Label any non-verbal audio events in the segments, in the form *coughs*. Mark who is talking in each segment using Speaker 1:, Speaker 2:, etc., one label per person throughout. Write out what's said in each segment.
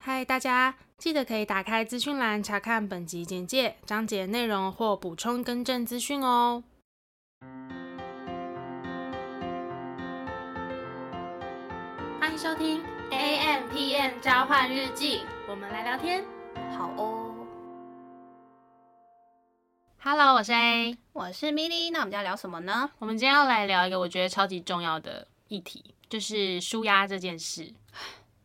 Speaker 1: 嗨，大家记得可以打开资讯栏查看本集简介、章节内容或补充更正资讯哦。欢迎收听 A M P M 交换日记，我们来聊天。
Speaker 2: 好哦，
Speaker 1: Hello，我是 A，
Speaker 2: 我是 Milly，那我们要聊什么呢？
Speaker 1: 我们今天要来聊一个我觉得超级重要的议题，就是舒压这件事。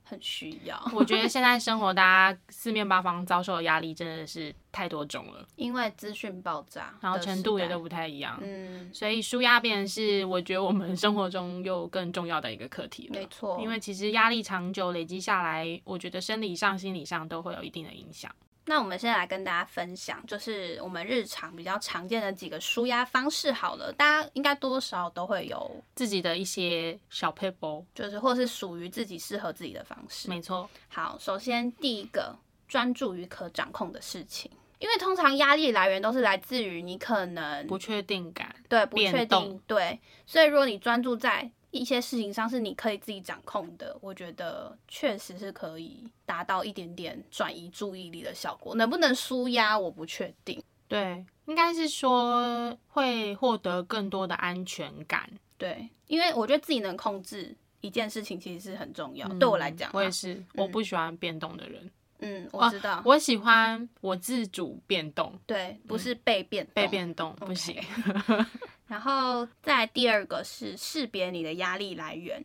Speaker 2: 很需要，
Speaker 1: 我觉得现在生活大家四面八方遭受的压力真的是太多种了，
Speaker 2: 因为资讯爆炸，
Speaker 1: *laughs* 然后程度也都
Speaker 2: 都
Speaker 1: 不太一样。
Speaker 2: 嗯，
Speaker 1: 所以舒压变成是我觉得我们生活中又更重要的一个课题
Speaker 2: 没
Speaker 1: 了。
Speaker 2: 错，
Speaker 1: 因为其实压力长久累积下来，我觉得生理上、心理上都会有一定的影响。
Speaker 2: 那我们现在来跟大家分享，就是我们日常比较常见的几个舒压方式好了，大家应该多多少少都会有，
Speaker 1: 自己的一些小 p e b l
Speaker 2: 就是或是属于自己适合自己的方式。
Speaker 1: 没错，
Speaker 2: 好，首先第一个，专注于可掌控的事情。因为通常压力来源都是来自于你可能
Speaker 1: 不确定感，
Speaker 2: 对，不
Speaker 1: 变
Speaker 2: 确
Speaker 1: 动
Speaker 2: 定，对，所以如果你专注在一些事情上是你可以自己掌控的，我觉得确实是可以达到一点点转移注意力的效果。能不能舒压，我不确定。
Speaker 1: 对，应该是说会获得更多的安全感。
Speaker 2: 对，因为我觉得自己能控制一件事情其实是很重要。对我来讲
Speaker 1: 嗯
Speaker 2: 啊、
Speaker 1: 我也是，我不喜欢变动的人，
Speaker 2: 嗯，我知道，
Speaker 1: 我喜欢我自主变动，
Speaker 2: 对，不是被变动
Speaker 1: 被。变动不
Speaker 2: 嗯 OK
Speaker 1: 行。
Speaker 2: 然后再来第二个是识别你的压力来源，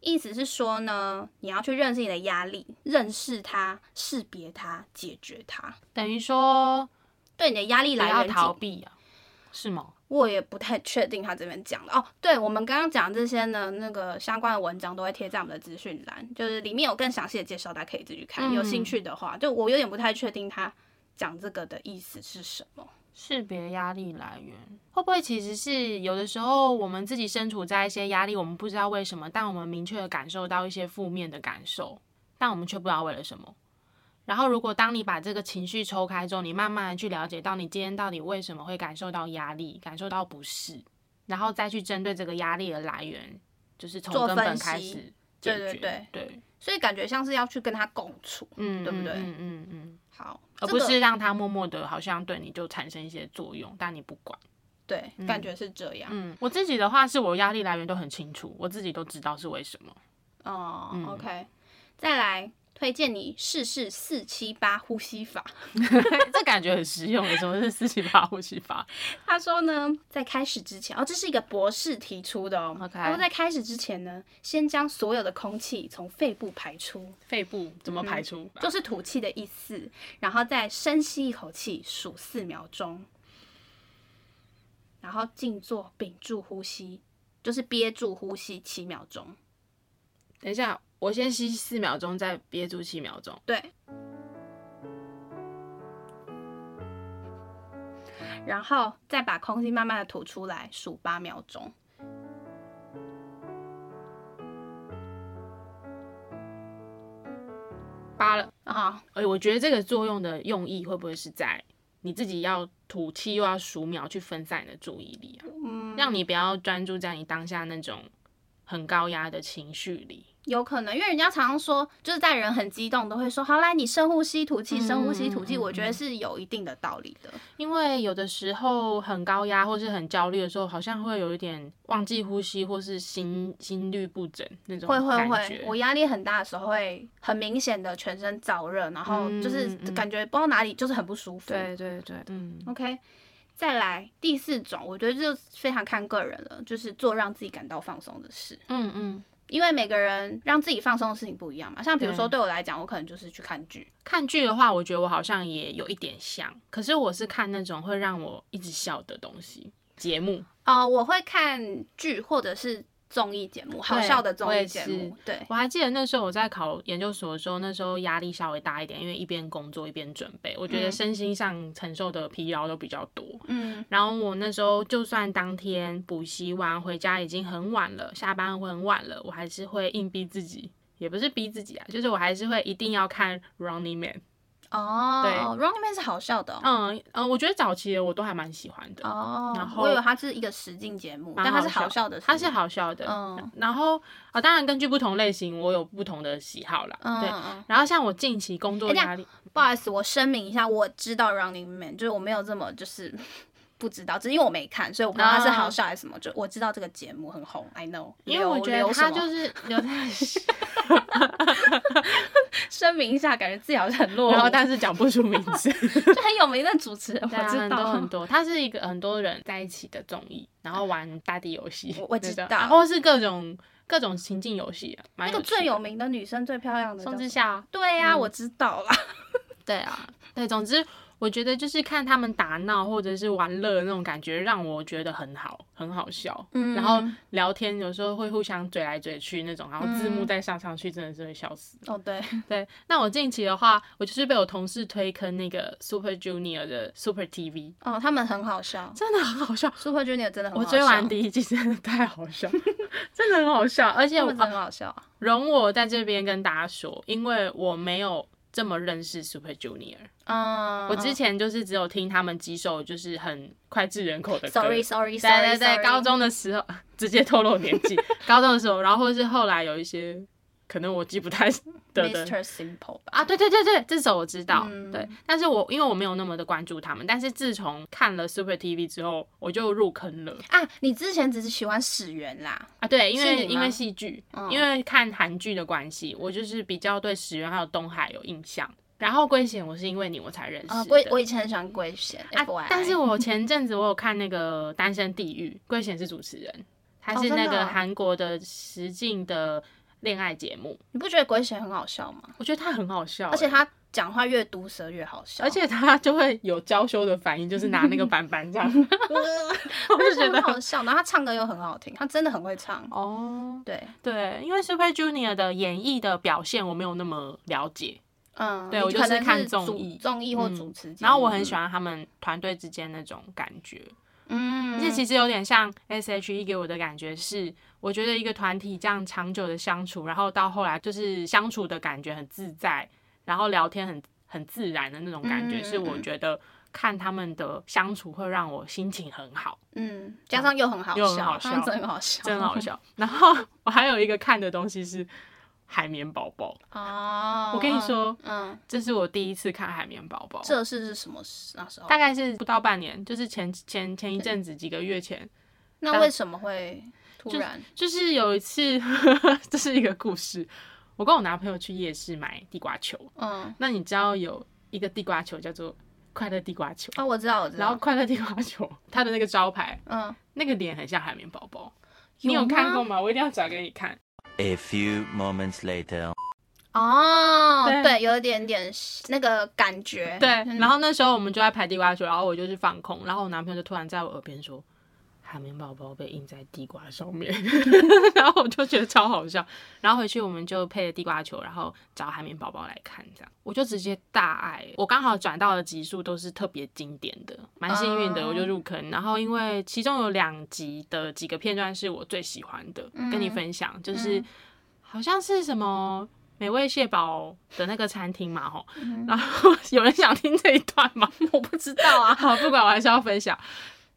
Speaker 2: 意思是说呢，你要去认识你的压力，认识它，识别它，解决它。
Speaker 1: 等于说
Speaker 2: 对你的压力
Speaker 1: 不
Speaker 2: 来
Speaker 1: 要
Speaker 2: 源
Speaker 1: 逃
Speaker 2: 解
Speaker 1: 避啊，是吗？
Speaker 2: 我也不太确定他这边讲的哦。对我们刚刚讲这些呢，那个相关的文章都会贴在我们的资讯栏，就是里面有更详细的介绍，大家可以自己去看。
Speaker 1: 嗯
Speaker 2: 有兴趣的话，就我有点不太确定他讲这个的意思是什么。
Speaker 1: 识别压力来源会不会其实是有的时候我们自己身处在一些压力，我们不知道为什么，但我们明确的感受到一些负面的感受，但我们却不知道为了什么。然后，如果当你把这个情绪抽开之后，你慢慢的去了解到你今天到底为什么会感受到压力，感受到不适，然后再去针对这个压力的来源，就是从
Speaker 2: 做
Speaker 1: 根本
Speaker 2: 分
Speaker 1: 开
Speaker 2: 析
Speaker 1: 始解
Speaker 2: 对
Speaker 1: 决。
Speaker 2: 对对
Speaker 1: 对，
Speaker 2: 所以感觉像是要去跟他共处。
Speaker 1: 嗯，
Speaker 2: 对不对
Speaker 1: 嗯嗯嗯，
Speaker 2: 好，
Speaker 1: 而
Speaker 2: 这
Speaker 1: 不
Speaker 2: 个
Speaker 1: 是让它默默的，好像对你就产生一些作用，但你不管。
Speaker 2: 对，感觉是这样。
Speaker 1: 嗯，我自己的话是我压力来源都很清楚，我自己都知道是为什么。 *laughs*
Speaker 2: 哦、o k 再来推荐你试试四七八呼吸法。
Speaker 1: 这感觉很实用，欸什么是四七八呼吸法？
Speaker 2: 他说呢，在开始之前，哦，这是一个博士提出的哦。
Speaker 1: OK
Speaker 2: 他说在开始之前呢，先将所有的空气从肺部排出，
Speaker 1: 肺部怎么排出？
Speaker 2: 就是吐气的意思，然后再深吸一口气，数四秒钟，然后静坐，屏住呼吸，就是憋住呼吸七秒钟。
Speaker 1: 等一下，我先吸四秒钟，再憋住七秒钟，
Speaker 2: 对。然后再把空气慢慢的吐出来，数八秒钟。
Speaker 1: 八了。
Speaker 2: 啊、
Speaker 1: 哎、我觉得这个作用的用意会不会是在你自己要吐气又要数秒去分散你的注意力啊？让你不要专注在你当下那种很高压的情绪里。
Speaker 2: 有可能，因为人家常常说，就是在人很激动都会说，好来，你深呼吸吐气，深呼吸吐气，
Speaker 1: 嗯嗯嗯
Speaker 2: 我觉得是有一定的道理的。
Speaker 1: 因为有的时候很高压或是很焦虑的时候，好像会有一点忘记呼吸，或是心心律不整那种
Speaker 2: 会会
Speaker 1: 感
Speaker 2: 会
Speaker 1: 觉，。
Speaker 2: 我压力很大的时候会很明显的全身燥热，然后
Speaker 1: 嗯
Speaker 2: 就是
Speaker 1: 嗯嗯
Speaker 2: 感觉不知道哪里就是很不舒服。
Speaker 1: 对对对，嗯，
Speaker 2: ，OK。再来第四种，我觉得就非常看个人了，就是做让自己感到放松的事，
Speaker 1: 嗯嗯，
Speaker 2: 因为每个人让自己放松的事情不一样嘛。像比如说
Speaker 1: 对
Speaker 2: 对我来讲，我可能就是去看剧，
Speaker 1: 看剧的话，我觉得我好像也有一点像，可是我是看那种会让我一直笑的东西节目，
Speaker 2: 哦、我会看剧或者是综艺节目，好
Speaker 1: 对
Speaker 2: 笑的综
Speaker 1: 我也
Speaker 2: 艺节
Speaker 1: 是
Speaker 2: 目，对。
Speaker 1: 我还记得那时候我在考研究所的时候，那时候压力稍微大一点，因为一边工作一边准备，我觉得
Speaker 2: 嗯
Speaker 1: 身心上承受的疲劳都比较多。
Speaker 2: 嗯，
Speaker 1: 然后我那时候就算当天补习完回家已经很晚了，下班会很晚了，我还是会硬逼自己，也不是逼自己啊，就是我还是会一定要看《Running Man》。
Speaker 2: 哦，
Speaker 1: 对
Speaker 2: ，Running Man 是好笑的哦。
Speaker 1: 嗯嗯，我觉得早期的我都还蛮喜欢的，
Speaker 2: 哦，
Speaker 1: 然后
Speaker 2: 我以为它是一个实境节目，
Speaker 1: 蛮
Speaker 2: 但它是
Speaker 1: 好
Speaker 2: 好
Speaker 1: 笑
Speaker 2: 笑的，
Speaker 1: 它是好笑的。
Speaker 2: 嗯
Speaker 1: 然后啊、当然根据不同类型，我有不同的喜好啦。
Speaker 2: 嗯
Speaker 1: 对，
Speaker 2: 嗯，
Speaker 1: 然后像我近期工作
Speaker 2: 哎等
Speaker 1: 压
Speaker 2: 下
Speaker 1: 力，
Speaker 2: 不好意思，我声明一下，我知道 Running Man，就是我没有这么就是 *laughs* 不知道，只是因为我没看，所以我不知道它是好笑还是什么。就我知道这个节目很红，I know。
Speaker 1: 嗯因为我觉得
Speaker 2: 流
Speaker 1: 他
Speaker 2: 流什
Speaker 1: 就
Speaker 2: 么
Speaker 1: 是刘在石，
Speaker 2: *laughs* 声明一下，感觉自己好像很落
Speaker 1: 然后
Speaker 2: 后，
Speaker 1: 但是讲不出名字，
Speaker 2: *laughs* 就很有名的主持人，
Speaker 1: 对啊
Speaker 2: 我知
Speaker 1: 很多
Speaker 2: 道啊
Speaker 1: 很。多，它是一个很多人在一起的综艺，然后玩大地游戏，
Speaker 2: 我我知
Speaker 1: 对的
Speaker 2: 道
Speaker 1: 然后是各种各种情境游戏啊，蛮
Speaker 2: 那个
Speaker 1: 有趣
Speaker 2: 最有名的女生，最漂亮的叫
Speaker 1: 宋
Speaker 2: 什
Speaker 1: 智
Speaker 2: 么，
Speaker 1: 孝啊，
Speaker 2: 对呀，
Speaker 1: 嗯
Speaker 2: 我知道啦。
Speaker 1: 对啊，对，总之我觉得就是看他们打闹或者是玩乐那种感觉，让我觉得很好，很好笑。
Speaker 2: 嗯
Speaker 1: 然后聊天有时候会互相嘴来嘴去那种，然后字
Speaker 2: 嗯
Speaker 1: 幕再上上去，真的是会笑死。
Speaker 2: 哦，对，
Speaker 1: 对，那我近期的话，我就是被我同事推坑那个 Super Junior 的 Super TV，
Speaker 2: 哦，他们很好笑
Speaker 1: 真的很好笑。
Speaker 2: ，Super Junior 真的很好
Speaker 1: 我
Speaker 2: 笑，
Speaker 1: 追完第一季真的太好
Speaker 2: *laughs*
Speaker 1: 笑，真的很好笑，啊而且
Speaker 2: 他
Speaker 1: 我
Speaker 2: 们真的很好笑。
Speaker 1: 容我在这边跟大家说，因为我没有这么认识 Super Junior，
Speaker 2: 嗯，
Speaker 1: 我之前就是只有听他们几首就是很脍炙人口的歌。
Speaker 2: sorry sorry
Speaker 1: 对对
Speaker 2: sorry
Speaker 1: 对，高中的时候直接透露年
Speaker 2: *laughs*
Speaker 1: 纪，高中的时候，然后或是后来有一些可能我记不
Speaker 2: *laughs*
Speaker 1: 太得的
Speaker 2: Mr. Simple 吧，
Speaker 1: 啊，对对对对，这首我知道，
Speaker 2: 嗯
Speaker 1: 对，但是我因为我没有那么的关注他们，但是自从看了 Super TV 之后，我就入坑了
Speaker 2: 啊，你之前只是喜欢始源啦，
Speaker 1: 啊，对，因
Speaker 2: 是
Speaker 1: 为
Speaker 2: 你吗嗯
Speaker 1: 因为戏剧，因为看韩剧的关系，我就是比较对石原还有东海有印象，然后龟贤我是因为你我才认识的，
Speaker 2: 啊，龟我以前很喜欢龟贤，
Speaker 1: 啊
Speaker 2: FYI
Speaker 1: 但是我前阵子我有看那个《单身地狱》，桂贤是主持人，他
Speaker 2: 哦
Speaker 1: 是
Speaker 2: 真的
Speaker 1: 那个
Speaker 2: 哦
Speaker 1: 韩国的实境的恋爱节目，
Speaker 2: 你不觉得龟贤很好笑吗？
Speaker 1: 我觉得他很好笑欸、
Speaker 2: 而且他讲话越毒舌越好笑，
Speaker 1: 而
Speaker 2: *laughs*
Speaker 1: 且他就会有娇羞的反应，就是拿那个板板这样，
Speaker 2: *laughs*
Speaker 1: 我就觉
Speaker 2: 很
Speaker 1: 得
Speaker 2: 好笑，然后他唱歌又很好听，他真的很会唱，
Speaker 1: 哦，
Speaker 2: 对，
Speaker 1: 对，因为 Super Junior 的演绎的表现我没有那么了解，
Speaker 2: 嗯，
Speaker 1: 对
Speaker 2: 你
Speaker 1: 我就
Speaker 2: 可
Speaker 1: 是
Speaker 2: 能
Speaker 1: 看
Speaker 2: 是
Speaker 1: 综
Speaker 2: 主
Speaker 1: 艺嗯
Speaker 2: 综艺或主持节目，
Speaker 1: 然后我很喜欢他们团队之间那种感觉，
Speaker 2: 嗯，
Speaker 1: 而且其实有点像 S.H.E 给我的感觉是，我觉得一个团体这样长久的相处，然后到后来就是相处的感觉很自在，然后聊天很很自然的那种感觉，
Speaker 2: 嗯
Speaker 1: 是我觉得看他们的相处会让我心情很好，
Speaker 2: 嗯，加上又很好
Speaker 1: 又很
Speaker 2: 笑，
Speaker 1: 好
Speaker 2: 他们
Speaker 1: 笑
Speaker 2: 真的很好笑，
Speaker 1: 真好
Speaker 2: 哦
Speaker 1: 笑。 *laughs* 然后我还有一个看的东西是《海绵宝宝》，
Speaker 2: 哦，
Speaker 1: 我跟你说，
Speaker 2: 嗯，
Speaker 1: 这是我第一次看《海绵宝宝》，
Speaker 2: 这是是什么时那时候？
Speaker 1: 大概是不到半年，就是前前前一阵子几个月前，
Speaker 2: 那为什么会突然？
Speaker 1: 就是有一次， *laughs* 这是一个故事。我跟我男朋友去夜市买地瓜球，
Speaker 2: 嗯，
Speaker 1: 那你知道有一个地瓜球叫做快乐地瓜球，
Speaker 2: 啊，我知道，我知
Speaker 1: 然后
Speaker 2: 道，
Speaker 1: 快乐地瓜球它的那个招牌，
Speaker 2: 嗯，
Speaker 1: 那个脸很像海绵宝宝，你
Speaker 2: 有
Speaker 1: 有
Speaker 2: 吗
Speaker 1: 看过吗？我一定要找给你看。
Speaker 3: A few moments later.
Speaker 2: 哦，
Speaker 1: 对
Speaker 2: 对，有一点点那个感觉，
Speaker 1: 对，然后那时候我们就在排地瓜球，然后我就去放空，然后我男朋友就突然在我耳边说。海绵宝宝被印在地瓜上面，然后我就觉得超好笑。然后回去我们就配了地瓜球，然后找海绵宝宝来看，这样我就直接大爱。我刚好转到的集数都是特别经典的，蛮幸运的，
Speaker 2: 哦
Speaker 1: 我就入坑。然后因为其中有两集的几个片段是我最喜欢的，跟你分享，就是好像是什么。美味蟹堡的那个餐厅嘛，吼、然后 *laughs* 有人想听这一段吗？
Speaker 2: *laughs* 我不知道啊，
Speaker 1: 好，不管我还是要分享。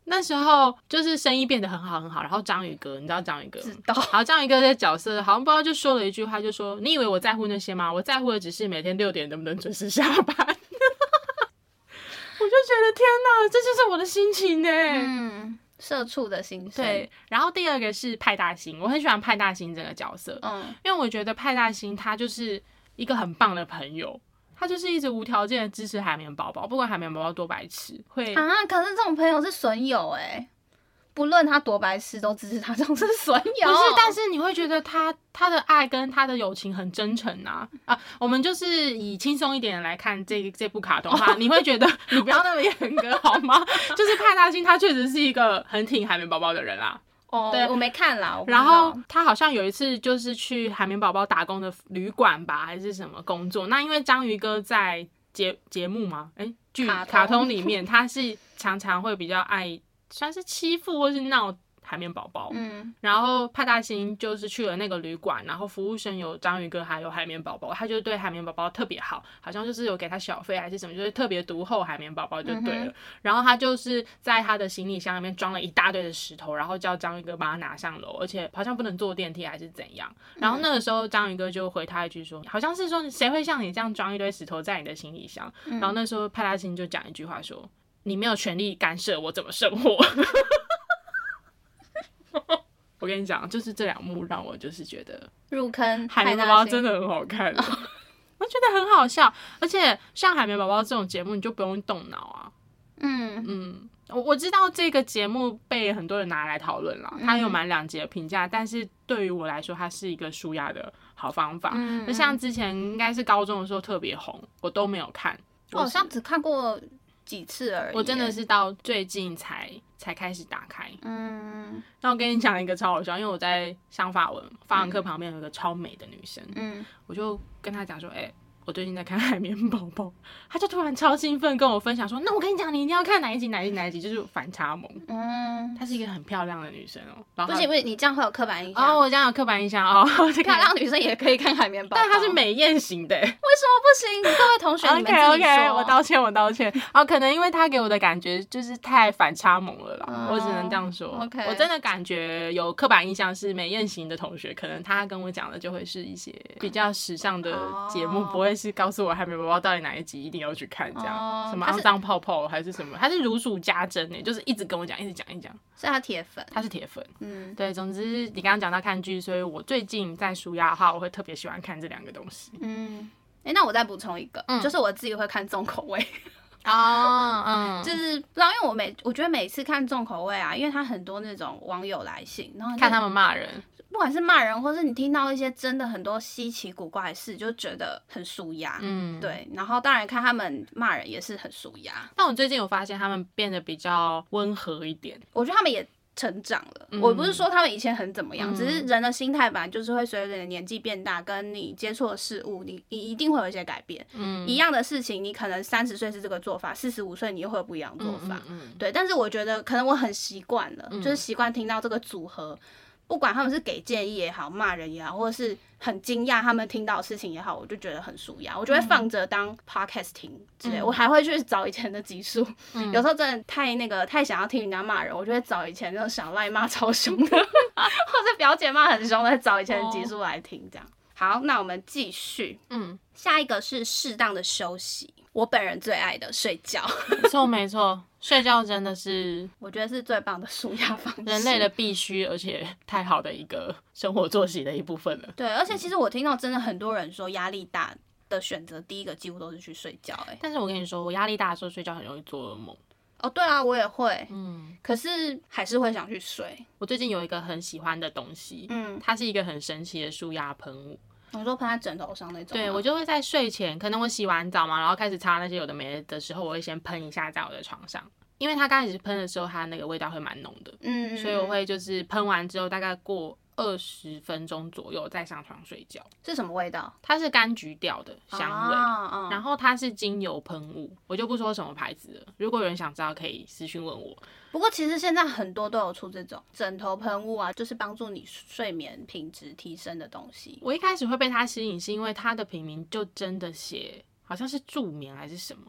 Speaker 1: 那时候就是生意变得很好很好，然后章鱼哥，你知道章鱼哥吗？
Speaker 2: 知道
Speaker 1: 好，章鱼哥这角色好像不知道就说了一句话，就说：“你以为我在乎那些吗？我在乎的只是每天六点能不能准时下班。” *laughs* 我就觉得天哪，这就是我的心情呢。
Speaker 2: 嗯，社畜的心声，
Speaker 1: 对，，然后第二个是派大星，我很喜欢派大星这个角色，
Speaker 2: 嗯，
Speaker 1: 因为我觉得派大星他就是一个很棒的朋友，他就是一直无条件的支持海绵宝宝，不管海绵宝宝多白痴，会
Speaker 2: 啊，可是这种朋友是损友哎，不论他多白痴，都只是他这种是损友，
Speaker 1: 不是，但是你会觉得他他的爱跟他的友情很真诚啊啊！我们就是以轻松一点来看这这部卡通啊哈，你会觉得 *laughs* 你不要那么严格好吗？ *laughs* 就是派大星他确实是一个很挺海绵宝宝的人啊啦、
Speaker 2: 哦
Speaker 1: 对，
Speaker 2: 我没看啦，我不知
Speaker 1: 然
Speaker 2: 道
Speaker 1: 后他好像有一次就是去海绵宝宝打工的旅馆吧，还是什么工作？那因为章鱼哥在节节目吗？哎、剧
Speaker 2: 卡通
Speaker 1: 卡通里面他是常常会比较爱算是欺负或是闹海绵宝宝。
Speaker 2: 嗯，
Speaker 1: 然后派大星就是去了那个旅馆，然后服务生有章鱼哥还有海绵宝宝，他就对海绵宝宝特别好，好像就是有给他小费还是什么，就是特别独厚海绵宝宝就对了。然后他就是在他的行李箱里面装了一大堆的石头，然后叫章鱼哥把它拿上楼，而且好像不能坐电梯还是怎样。然后那个时候章鱼哥就回他一句说，好像是说谁会像你这样装一堆石头在你的行李箱？然后那时候派大星就讲一句话说，你没有权利干涉我怎么生活。 *laughs* 我跟你讲，就是这两幕让我就是觉得
Speaker 2: 入坑
Speaker 1: 海绵
Speaker 2: 派
Speaker 1: 宝
Speaker 2: 大
Speaker 1: 宝
Speaker 2: 星
Speaker 1: 真的很好看， *laughs* 我觉得很好笑。而且像海绵宝宝这种节目，你就不用动脑啊。
Speaker 2: 嗯
Speaker 1: 嗯，我我知道这个节目被很多人拿来讨论了，它
Speaker 2: 嗯
Speaker 1: 有蛮两极的评价，但是对于我来说，它是一个舒压的好方法。
Speaker 2: 嗯
Speaker 1: 那像之前应该是高中的时候特别红，我都没有看，
Speaker 2: 我好哦像只看过几次而已。欸
Speaker 1: 我真的，是到最近才才开始打开。
Speaker 2: 嗯
Speaker 1: 那我跟你讲一个超好笑，因为我在上法文，法文课旁边有一个超美的女生，
Speaker 2: 嗯，
Speaker 1: 我就跟她讲说，哎、我最近在看《海绵宝宝》，她就突然超兴奋跟我分享说，那我跟你讲，你一定要看哪一集哪一集哪一集，就是反差萌。
Speaker 2: 嗯，
Speaker 1: 她是一个很漂亮的女生哦、然后
Speaker 2: 不
Speaker 1: 她
Speaker 2: 行不行，你这样会有刻板印象。
Speaker 1: 哦，我这样有刻板印象哦， *laughs* 这个
Speaker 2: 漂亮女生也可以看海绵宝宝，
Speaker 1: 但她是美艳型的、欸
Speaker 2: 为什么不行？各位同学，你们
Speaker 1: OK
Speaker 2: 自己
Speaker 1: OK，
Speaker 2: 说。
Speaker 1: 啊我道歉我道歉。哦，可能因为她给我的感觉就是太反差萌了啦，
Speaker 2: 嗯
Speaker 1: 我只能这样说。
Speaker 2: OK
Speaker 1: 我真的感觉有刻板印象是美艳型的同学，可能她跟我讲的就会是一些比较时尚的节目，
Speaker 2: 哦
Speaker 1: 不会是告诉我海绵宝宝到底哪一集一定要去看这样，
Speaker 2: 哦
Speaker 1: 什么
Speaker 2: 她
Speaker 1: 肮
Speaker 2: 是
Speaker 1: 脏泡泡还是什么，她是如数家珍呢、就是一直跟我讲，一直讲，一直讲，
Speaker 2: 是他铁粉，
Speaker 1: 她是铁粉。
Speaker 2: 嗯，
Speaker 1: 对，总之你刚刚讲到看剧，所以我最近在舒压的话，我会特别喜欢看这两个东西。
Speaker 2: 嗯，哎、那我再补充一个，
Speaker 1: 嗯
Speaker 2: 就是我自己会看重口味，
Speaker 1: 哦，嗯，
Speaker 2: 就是不知道，因为我每我觉得每次看重口味啊，因为他很多那种网友来信，然后就
Speaker 1: 看他们骂人，
Speaker 2: 不管是骂人，或是你听到一些真的很多稀奇古怪的事，就觉得很舒压。
Speaker 1: 嗯，。
Speaker 2: 对，然后当然看他们骂人也是很舒压，
Speaker 1: 但我最近有发现他们变得比较温和一点，
Speaker 2: 我觉得他们也成长了。
Speaker 1: 嗯
Speaker 2: 我不是说他们以前很怎么
Speaker 1: 嗯
Speaker 2: 样，只是人的心态本来就是会随着你的年纪变大，跟你接触的事物，你你一定会有一些改变。
Speaker 1: 嗯，
Speaker 2: 一样的事情，你可能三十岁是这个做法，四十五岁你又会有不一样的做法。
Speaker 1: 嗯，
Speaker 2: 对，但是我觉得可能我很习惯了，
Speaker 1: 嗯
Speaker 2: 就是习惯听到这个组合，不管他们是给建议也好，骂人也好，或者是很惊讶他们听到的事情也好，我就觉得很舒压，我就会放着当 podcast 听之类。
Speaker 1: 嗯
Speaker 2: 我还会去找以前的集数，
Speaker 1: 嗯
Speaker 2: *laughs* 有时候真的太那个太想要听人家骂人，我就会找以前那种小赖骂超凶的，或 *laughs* 者表姐骂很凶的，找以前的集数来听这样。好，那我们继续，
Speaker 1: 嗯，
Speaker 2: 下一个是适当的休息。我本人最爱的睡觉，
Speaker 1: 没错没错，睡觉真的是
Speaker 2: 我觉得是最棒的舒压方式。
Speaker 1: 人类的必须，而且太好的一个生活作息的一部分了。
Speaker 2: 对，而且其实我听到真的很多人说压力大的选择，第一个几乎都是去睡觉、欸。哎，
Speaker 1: 但是我跟你说，我压力大的时候睡觉很容易做噩梦。
Speaker 2: 哦，对啊，我也会，
Speaker 1: 嗯，
Speaker 2: 可是还是会想去睡。
Speaker 1: 我最近有一个很喜欢的东西，
Speaker 2: 嗯，
Speaker 1: 它是一个很神奇的舒压喷雾。
Speaker 2: 我说喷在枕头上那种吗。啊
Speaker 1: 对，我就会在睡前，可能我洗完澡嘛，然后开始擦那些有的没的的时候，我会先喷一下在我的床上，因为它刚开始喷的时候，它那个味道会蛮浓的。
Speaker 2: 嗯，嗯，
Speaker 1: 所以我
Speaker 2: 嗯
Speaker 1: 会就是喷完之后，大概过二十分钟左右再上床睡觉。
Speaker 2: 是什么味道？
Speaker 1: 它是柑橘调的香味，
Speaker 2: 啊、
Speaker 1: 然
Speaker 2: 后
Speaker 1: 后它是精油喷雾，我就不说什么牌子了。如果有人想知道，可以私讯问我。
Speaker 2: 不过其实现在很多都有出这种枕头喷雾啊，就是帮助你睡眠品质提升的东西。
Speaker 1: 我一开始会被它吸引，是因为它的品名就真的写好像是助眠还是什么。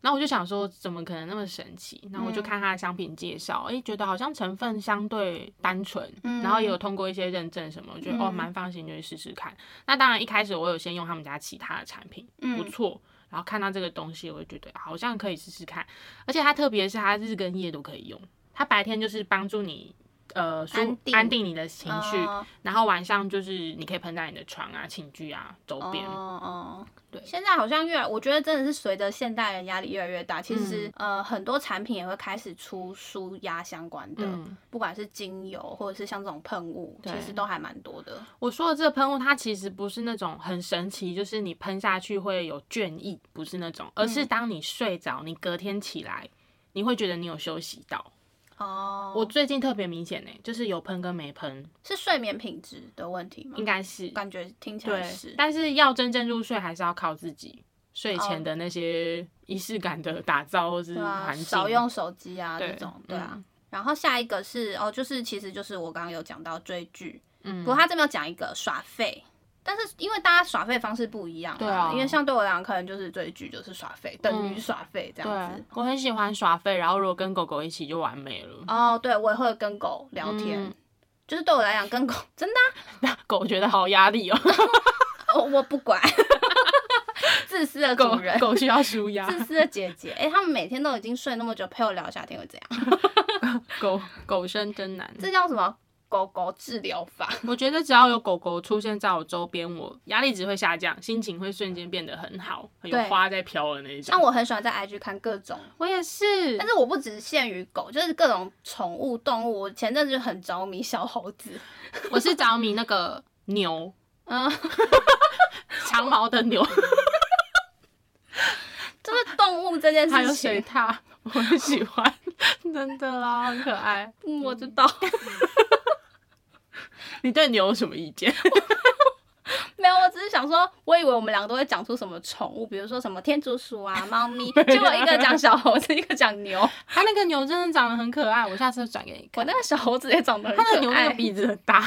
Speaker 1: 然后我就想说，怎么可能那么神奇？然后我就
Speaker 2: 嗯
Speaker 1: 看它的商品介绍，诶，觉得好像成分相对单纯，
Speaker 2: 嗯
Speaker 1: 然后也有通过一些认证什么，我觉得、哦
Speaker 2: 嗯
Speaker 1: 蛮放心，就去试试看。那当然一开始我有先用他们家其他的产品，不
Speaker 2: 嗯
Speaker 1: 错。然后看到这个东西，我就觉得好像可以试试看，而且它特别是它日跟夜都可以用，它白天就是帮助你呃舒
Speaker 2: 安定
Speaker 1: 安定你的情绪，
Speaker 2: 哦
Speaker 1: 然后晚上就是你可以喷在你的床啊、寝具啊周边。
Speaker 2: 哦哦，
Speaker 1: 对
Speaker 2: 现在好像越来，我觉得真的是随着现代人压力越来越大，其实、
Speaker 1: 嗯
Speaker 2: 呃很多产品也会开始出舒压相关的，
Speaker 1: 嗯
Speaker 2: 不管是精油或者是像这种喷雾，其
Speaker 1: 对
Speaker 2: 实都还蛮多的。
Speaker 1: 我说的这个喷雾，它其实不是那种很神奇，就是你喷下去会有倦意，不是那种，而
Speaker 2: 嗯
Speaker 1: 是当你睡着，你隔天起来，你会觉得你有休息到。
Speaker 2: 哦，
Speaker 1: 我最近特别明显呢、欸就是有喷跟没喷，
Speaker 2: 是睡眠品质的问题吗
Speaker 1: 应？该是
Speaker 2: 感觉听起来
Speaker 1: 对
Speaker 2: 嗯是，。
Speaker 1: 但是要真正入睡，还是要靠自己睡
Speaker 2: 哦
Speaker 1: 前的那些仪式感的打造，或是
Speaker 2: 对啊，
Speaker 1: 环境。
Speaker 2: 少用手机啊，这
Speaker 1: 嗯对
Speaker 2: 种对啊。
Speaker 1: 嗯
Speaker 2: 然后下一个是哦，就是其实就是我刚刚有讲到追剧，
Speaker 1: 嗯
Speaker 2: 不过他这边有讲一个耍废，但是因为大家耍废方式不一样啦，
Speaker 1: 对啊
Speaker 2: 因为像对我来讲，可能就是追剧就是耍废，等于耍废这
Speaker 1: 对
Speaker 2: 样子。，
Speaker 1: 我很喜欢耍废，然后如果跟狗狗一起就完美了。
Speaker 2: 哦，对，我也会跟狗聊天，
Speaker 1: 嗯
Speaker 2: 就是对我来讲，跟狗真
Speaker 1: *laughs*
Speaker 2: 的
Speaker 1: 狗觉得好压力哦，
Speaker 2: 啊、我我不管， *laughs* 自私
Speaker 1: *laughs*
Speaker 2: 的
Speaker 1: 狗
Speaker 2: 主人，
Speaker 1: 狗需要舒压，
Speaker 2: 自私的姐姐，哎、他们每天都已经睡那么久，陪我聊一下天会怎样？
Speaker 1: 狗 *laughs* 狗生真难。
Speaker 2: 这叫什么？狗狗治疗法？
Speaker 1: 我觉得只要有狗狗出现在我周边，我压力值会下降，心情会瞬间变得很好，很有
Speaker 2: 对
Speaker 1: 花在飘的那一种。
Speaker 2: 像我很喜欢在 IG 看各种
Speaker 1: 我也是
Speaker 2: 但，是我不只限于狗，就是各种宠物动物。我前阵子就很着迷小猴子，
Speaker 1: 我是着迷那个 *laughs* 牛，
Speaker 2: 嗯，
Speaker 1: 长毛的牛，
Speaker 2: 就是动物这件
Speaker 1: 还有
Speaker 2: 事
Speaker 1: 水
Speaker 2: 情，
Speaker 1: 獭，我很喜欢， *laughs* 真的啦，很可爱。
Speaker 2: 嗯我知道
Speaker 1: *laughs*
Speaker 2: *laughs*
Speaker 1: 你对牛有什么意见？ *laughs*
Speaker 2: 没有，我只是想说，我以为我们两个都会讲出什么宠物，比如说什么天竺鼠啊、猫咪，结果一个讲小猴子，一个讲
Speaker 1: *laughs*
Speaker 2: 牛。
Speaker 1: 它那个牛真的长得很可爱，我下次转给你
Speaker 2: 我
Speaker 1: 看。
Speaker 2: 那个小猴子也长得很
Speaker 1: 它那个
Speaker 2: 可
Speaker 1: 牛那个
Speaker 2: 爱。
Speaker 1: 鼻子很大， *laughs*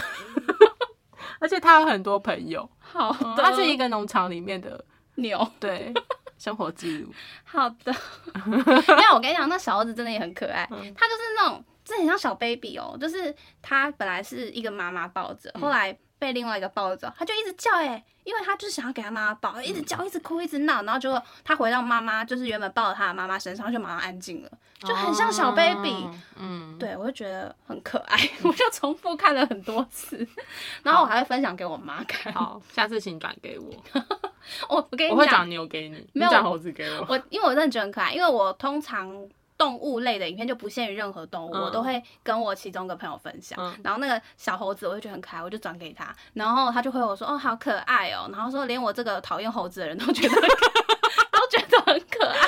Speaker 1: 而且它有很多朋友，
Speaker 2: 好的，
Speaker 1: 它是一个农场里面的
Speaker 2: 牛。
Speaker 1: 对生活记 *laughs* 录。
Speaker 2: 好的，没有，我跟你讲，那小猴子真的也很可爱，
Speaker 1: 嗯
Speaker 2: 它就是那种，这很像小 baby 哦，就是它本来是一个妈妈抱着，
Speaker 1: 嗯
Speaker 2: 后来被另外一个抱着，它就一直叫哎、因为它就是想要给它妈妈抱，一直叫，一直哭，一直闹，然后结果它回到妈妈，就是原本抱在它的妈妈身上，就马上安静了，就很像小 baby。
Speaker 1: 哦嗯，
Speaker 2: 对，我就觉得很可爱， *laughs* 我就重复看了很多次，然后我还会分享给我妈看。
Speaker 1: 好，下次请转给我，
Speaker 2: 我我跟
Speaker 1: *laughs* 我
Speaker 2: 你
Speaker 1: 会
Speaker 2: 讲
Speaker 1: 长，牛给你，你
Speaker 2: 没有
Speaker 1: 长猴子给我。
Speaker 2: *laughs* 我因为我真的觉得很可爱，因为我通常动物类的影片就不限于任何动物，
Speaker 1: 嗯
Speaker 2: 我都会跟我其中一个朋友分享。
Speaker 1: 嗯
Speaker 2: 然后那个小猴子我就觉得很可爱，我就转给他，然后他就回我说：“哦，好可爱哦。”然后说连我这个讨厌猴子的人都觉得很 *laughs* 可都觉得很
Speaker 1: *laughs*
Speaker 2: 可爱。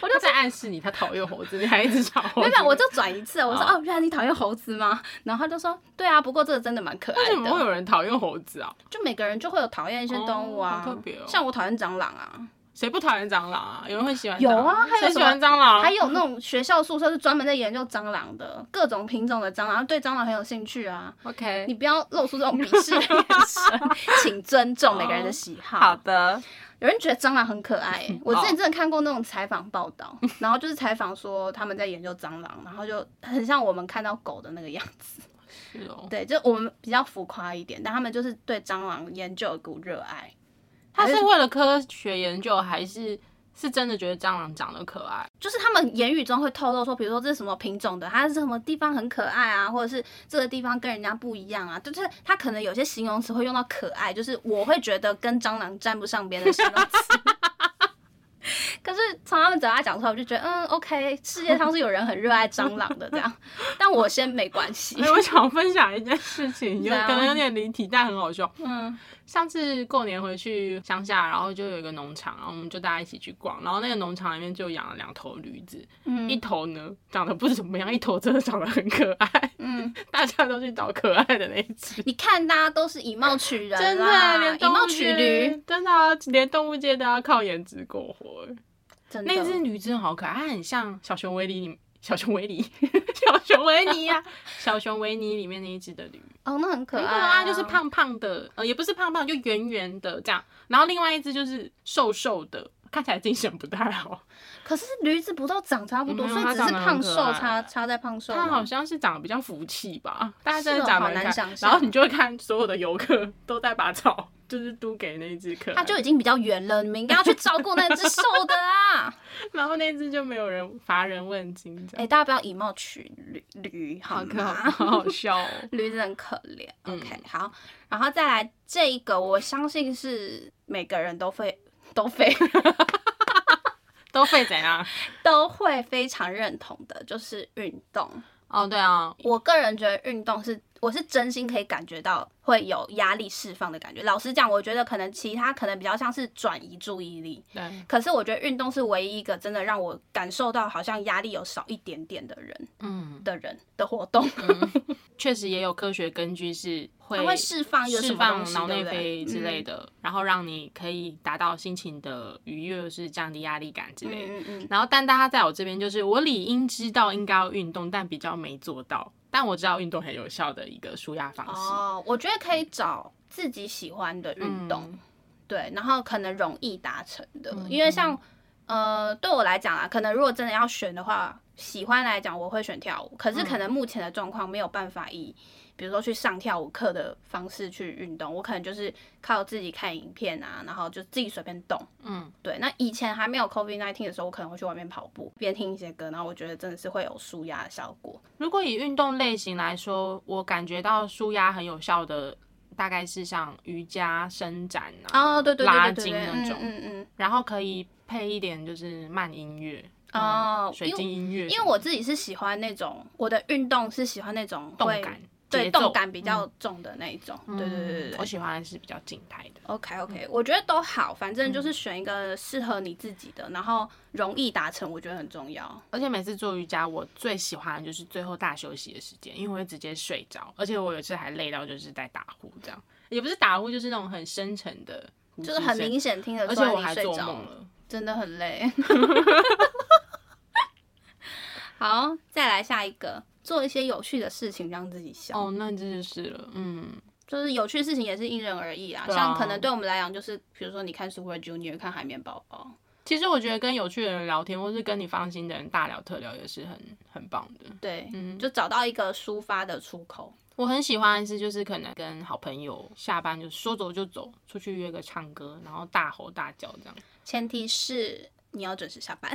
Speaker 1: 我就在暗示你，他讨厌猴子，你还一直找猴
Speaker 2: 没
Speaker 1: 子。
Speaker 2: 有，没有我就转一次，我说：“
Speaker 1: 哦
Speaker 2: 哦，原来你讨厌猴子吗？”然后他就说：“对啊，不过这个真的蛮可
Speaker 1: 为
Speaker 2: 爱
Speaker 1: 什么会
Speaker 2: 的。
Speaker 1: 有人讨厌猴子啊？”
Speaker 2: 就每个人就会有讨厌一些动物啊，
Speaker 1: 哦好特别哦
Speaker 2: 像我讨厌蟑螂啊，
Speaker 1: 谁不讨厌蟑螂啊？有人会喜欢
Speaker 2: 有
Speaker 1: 蟑
Speaker 2: 啊
Speaker 1: 螂
Speaker 2: 还有
Speaker 1: 谁
Speaker 2: 什
Speaker 1: 喜
Speaker 2: 么
Speaker 1: 欢蟑螂？
Speaker 2: 还有那种学校宿舍是专门在研究蟑螂的，各种品种的蟑螂，对蟑螂很有兴趣啊。
Speaker 1: OK，
Speaker 2: 你不要露出这种鄙视的眼神，请尊重每个人的喜好。
Speaker 1: 的，
Speaker 2: 有人觉得蟑螂很可爱、我之前真的看过那种采访报道， *laughs* 然后就是采访说他们在研究蟑螂，然后就很像我们看到狗的那个样子。
Speaker 1: 是哦。
Speaker 2: 对，就我们比较浮夸一点，但他们就是对蟑螂研究有一股热爱。
Speaker 1: 他是为了科学研究，还是是真的觉得蟑螂长得可爱？
Speaker 2: 就是他们言语中会透露说，比如说这是什么品种的，它是什么地方很可爱啊，或者是这个地方跟人家不一样啊，就是他可能有些形容词会用到可爱，就是我会觉得跟蟑螂沾不上边的形容词。 *laughs* 可是从他们嘴巴讲出来，我就觉得嗯，OK，世界上是有人很热爱蟑螂的这样，但我先没关系
Speaker 1: 哎、。我想分享一件事情，有
Speaker 2: 怎样
Speaker 1: 可能有点离题，但很好笑。
Speaker 2: 嗯，
Speaker 1: 上次过年回去乡下，然后就有一个农场，然后我们就大家一起去逛，然后那个农场里面就养了两头驴子，
Speaker 2: 嗯
Speaker 1: 一头呢长得不怎么样，一头真的长得很可爱，
Speaker 2: 嗯，
Speaker 1: 大家都去找可爱的那一只。
Speaker 2: 你看大家都是以貌取
Speaker 1: *laughs*
Speaker 2: 人
Speaker 1: 真
Speaker 2: 啦，
Speaker 1: 的，连
Speaker 2: 以
Speaker 1: 动
Speaker 2: 貌
Speaker 1: 物
Speaker 2: 取
Speaker 1: 界
Speaker 2: 驴，，
Speaker 1: 真的、啊，连动物界都要靠颜值过活。欸
Speaker 2: 真的
Speaker 1: 那只驴真的好可爱，它很像小熊维尼，小熊维尼， *laughs* 小熊维尼呀、 *laughs* 小熊维尼里面那一只的驴，
Speaker 2: 哦，那很可
Speaker 1: 很
Speaker 2: 爱、
Speaker 1: 可爱，啊就是。胖胖的，呃，也不是胖胖，就圆圆的这样。然后另外一只就是瘦瘦的，看起来精神不太好。
Speaker 2: 可是驴子不都长差不多，
Speaker 1: 没有
Speaker 2: 所以只是胖瘦
Speaker 1: 嗯它长得很可
Speaker 2: 差
Speaker 1: 爱
Speaker 2: 差在胖瘦吗。
Speaker 1: 它好像是长得比较福气吧，大家真
Speaker 2: 是
Speaker 1: 的
Speaker 2: 哦
Speaker 1: 长
Speaker 2: 好
Speaker 1: 得很
Speaker 2: 难
Speaker 1: 可爱
Speaker 2: 想象
Speaker 1: 然后你就会看所有的游客都在把草就是都给那一只可爱
Speaker 2: 它就已经比较圆了，你们应该要去照顾那只瘦的
Speaker 1: *laughs*
Speaker 2: 啊！
Speaker 1: *laughs* 然后那只就没有人乏人问津，这
Speaker 2: 哎、
Speaker 1: 样、嗯
Speaker 2: 大家不要以貌取驴，驴好吗？
Speaker 1: 哎 *laughs* 好好笑哦。
Speaker 2: *laughs* 驴子很可怜。
Speaker 1: 嗯
Speaker 2: OK，好，然后再来这一个，我相信是每个人都会都
Speaker 1: *laughs*
Speaker 2: 会
Speaker 1: 都费怎样？
Speaker 2: 都会非常认同的，就是运动。
Speaker 1: 哦，对啊，
Speaker 2: 我个人觉得运动是我是真心可以感觉到会有压力释放的感觉。老实讲，我觉得可能其他可能比较像是转移注意力，
Speaker 1: 对，
Speaker 2: 可是我觉得运动是唯一一个真的让我感受到好像压力有少一点点的人
Speaker 1: 嗯，
Speaker 2: 的人的活动，
Speaker 1: 确实也有科学根据是会
Speaker 2: 它会释放一个什
Speaker 1: 释
Speaker 2: 么东
Speaker 1: 放
Speaker 2: 西
Speaker 1: 脑内
Speaker 2: 对不对
Speaker 1: 啡之类
Speaker 2: 嗯
Speaker 1: 的，然后让你可以达到心情的愉悦，或是降低压力感之类的。
Speaker 2: 嗯嗯嗯，
Speaker 1: 然后，但大家在我这边就是，我理应知道应该要运动，但比较没做到。但我知道运动很有效的一个舒压方式。
Speaker 2: 哦，我觉得可以找自己喜欢的运动，
Speaker 1: 嗯
Speaker 2: 对，然后可能容易达成的，
Speaker 1: 嗯
Speaker 2: 因为像呃，对我来讲啊，可能如果真的要选的话，喜欢来讲我会选跳舞，可是可能目前的状况没有办法以。比如说去上跳舞课的方式去运动，我可能就是靠自己看影片啊，然后就自己随便动，
Speaker 1: 嗯，
Speaker 2: 对，那以前还没有 COVID 1 9的时候，我可能会去外面跑步，边听一些歌，然后我觉得真的是会有舒压的效果。
Speaker 1: 如果以运动类型来说，我感觉到舒压很有效的大概是像瑜伽、伸展啊，
Speaker 2: 哦，对对
Speaker 1: 拉
Speaker 2: 对对对
Speaker 1: 筋
Speaker 2: 对，
Speaker 1: 那种
Speaker 2: 嗯嗯
Speaker 1: 然后可以配一点就是慢音乐，
Speaker 2: 嗯，哦，
Speaker 1: 水晶音乐什么的，
Speaker 2: 因为，因为我自己是喜欢那种我的运动是喜欢那种
Speaker 1: 动
Speaker 2: 会
Speaker 1: 感、
Speaker 2: 对
Speaker 1: 节奏
Speaker 2: 动感比较
Speaker 1: 嗯
Speaker 2: 重的那一种，对对对对
Speaker 1: 我
Speaker 2: 对。
Speaker 1: 喜欢是比较静态的。
Speaker 2: OK OK，、我
Speaker 1: 嗯
Speaker 2: 觉得都好，反正就是选一个适合你自己的，然后容易达成，我觉得很重要。
Speaker 1: 而且每次做瑜伽，我最喜欢的就是最后大休息的时间，因为我会直接睡着，而且我有一次还累到就是在打呼，这样也不是打呼，就是那种很深沉的呼吸
Speaker 2: 就
Speaker 1: 声，
Speaker 2: 是很明显听得
Speaker 1: 嗯而
Speaker 2: 出
Speaker 1: 且
Speaker 2: 来
Speaker 1: 我
Speaker 2: 你
Speaker 1: 还
Speaker 2: 睡
Speaker 1: 做
Speaker 2: 着
Speaker 1: 梦
Speaker 2: 了，
Speaker 1: 了。
Speaker 2: 真的
Speaker 1: *laughs*
Speaker 2: 很累。好，再来下一个，做一些有趣的事情让自己笑。
Speaker 1: 哦，那这就是了，嗯，
Speaker 2: 就是有趣的事情也是因人而异啊，
Speaker 1: 对啊
Speaker 2: 像可能对我们来讲，就是比如说你看 Super Junior，看海绵宝宝，
Speaker 1: 其实我觉得跟有趣的人聊天，或是跟你放心的人大聊特聊，也是很很棒的。
Speaker 2: 对，
Speaker 1: 嗯
Speaker 2: 就找到一个抒发的出口。
Speaker 1: 我很喜欢的是，就是可能跟好朋友下班就说走就走，出去约个唱歌，然后大吼大叫这样。
Speaker 2: 前提是你要准时下
Speaker 1: *laughs*
Speaker 2: 班。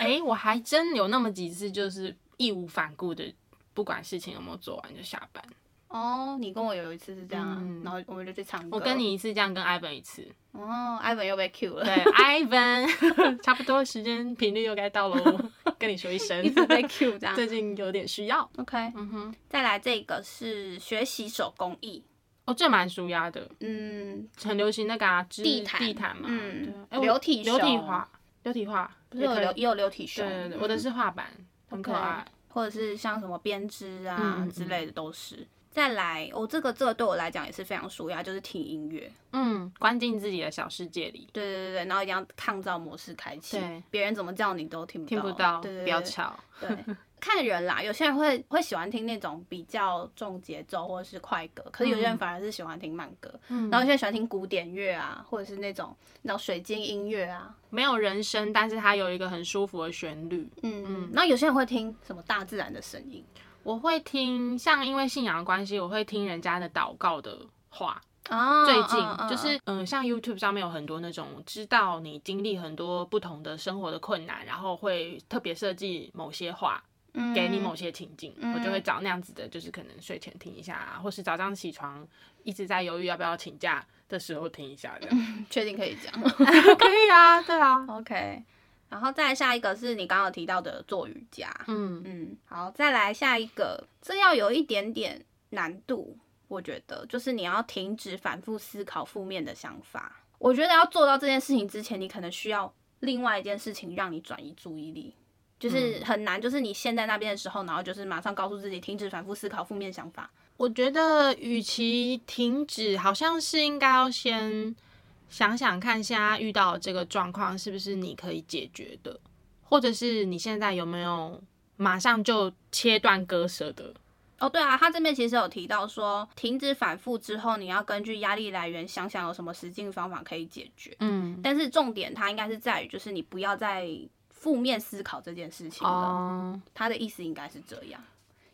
Speaker 1: 哎、我还真有那么几次，就是义无反顾的，不管事情有没有做完就下班。
Speaker 2: 哦，你跟我有一次是这样啊，
Speaker 1: 嗯
Speaker 2: 然后我们就去唱歌。
Speaker 1: 我跟，你一次，这样跟 Ivan 一次。
Speaker 2: 哦，艾文又被 Q *laughs*
Speaker 1: 对
Speaker 2: 了，
Speaker 1: ，Ivan，差不多时间频率又该到喽，
Speaker 2: *laughs*
Speaker 1: 跟你说 *laughs* 一声
Speaker 2: 一，直被 Q *laughs* 这样。
Speaker 1: 最近有点需要。
Speaker 2: OK，
Speaker 1: 嗯哼，
Speaker 2: 再来这个是学习手工艺，
Speaker 1: 哦，这蛮舒压的，
Speaker 2: 嗯，
Speaker 1: 很流行那个啊，织
Speaker 2: 地毯
Speaker 1: 地毯嘛，
Speaker 2: 嗯
Speaker 1: 对啊哎我
Speaker 2: 流体
Speaker 1: 流体
Speaker 2: 熊
Speaker 1: 画，流体画，
Speaker 2: 不是有
Speaker 1: 也可以
Speaker 2: 流嗯也有流体熊，
Speaker 1: 对对对，我的是画板，很可
Speaker 2: OK
Speaker 1: 爱。
Speaker 2: 或者是像什么编织啊、
Speaker 1: 嗯嗯嗯
Speaker 2: 之类的都是。再来，我、这个这个对我来讲也是非常舒压，就是听音乐，
Speaker 1: 嗯，关进自己的小世界里，
Speaker 2: 对对对对，然后一定要抗噪模式开启
Speaker 1: 对，
Speaker 2: 别人怎么叫你都听不
Speaker 1: 听
Speaker 2: 到，
Speaker 1: 不到，
Speaker 2: 对对对
Speaker 1: 不要吵。
Speaker 2: 对， *laughs* 看人啦，有些人会会喜欢听那种比较重节奏或者是快歌，可是有些人
Speaker 1: 嗯
Speaker 2: 反而是喜欢听慢歌，
Speaker 1: 嗯
Speaker 2: 然后有些人喜欢听古典乐啊，或者是那种那种水晶音乐啊，
Speaker 1: 没有人声，但是它有一个很舒服的旋律。
Speaker 2: 嗯嗯，然后有些人会听什么大自然的声音，
Speaker 1: 我会听，像因为信仰的关系，我会听人家的祷告的话。
Speaker 2: 啊，
Speaker 1: 最近
Speaker 2: 嗯嗯
Speaker 1: 就是，嗯、像 YouTube 上面有很多那种知道你经历很多不同的生活的困难，然后会特别设计某些话
Speaker 2: 嗯
Speaker 1: 给你某些情境，
Speaker 2: 嗯
Speaker 1: 我就会找那样子的，就是可能睡前听一下啊，或是早上起床一直在犹豫要不要请假的时候听一下，这
Speaker 2: *laughs*
Speaker 1: 样
Speaker 2: 确定可以讲。
Speaker 1: 可以啊，对啊，
Speaker 2: 嗯 OK，然 *laughs* 后再来下一个是你刚刚有提到的做瑜伽。
Speaker 1: 嗯，
Speaker 2: 嗯，好，再来下一个，这要有一点点难度，我觉得就是你要停止反复思考负面的想法。我觉得要做到这件事情之前，你可能需要另外一件事情让你转移注意力，就是很难，就是你陷在那边的时候，然后就是马上告诉自己停止反复思考负面想法。
Speaker 1: 我觉得与其停止，好像是应该要先想想看，现在遇到的这个状况是不是你可以解决的，或者是你现在有没有马上就切断割舍的？
Speaker 2: 哦，对啊，他这边其实有提到说，停止反复之后，你要根据压力来源想想有什么实际方法可以解决。
Speaker 1: 嗯，
Speaker 2: 但是重点它应该是在于，就是你不要再负面思考这件事情了。
Speaker 1: 哦，
Speaker 2: 他的意思应该是这样，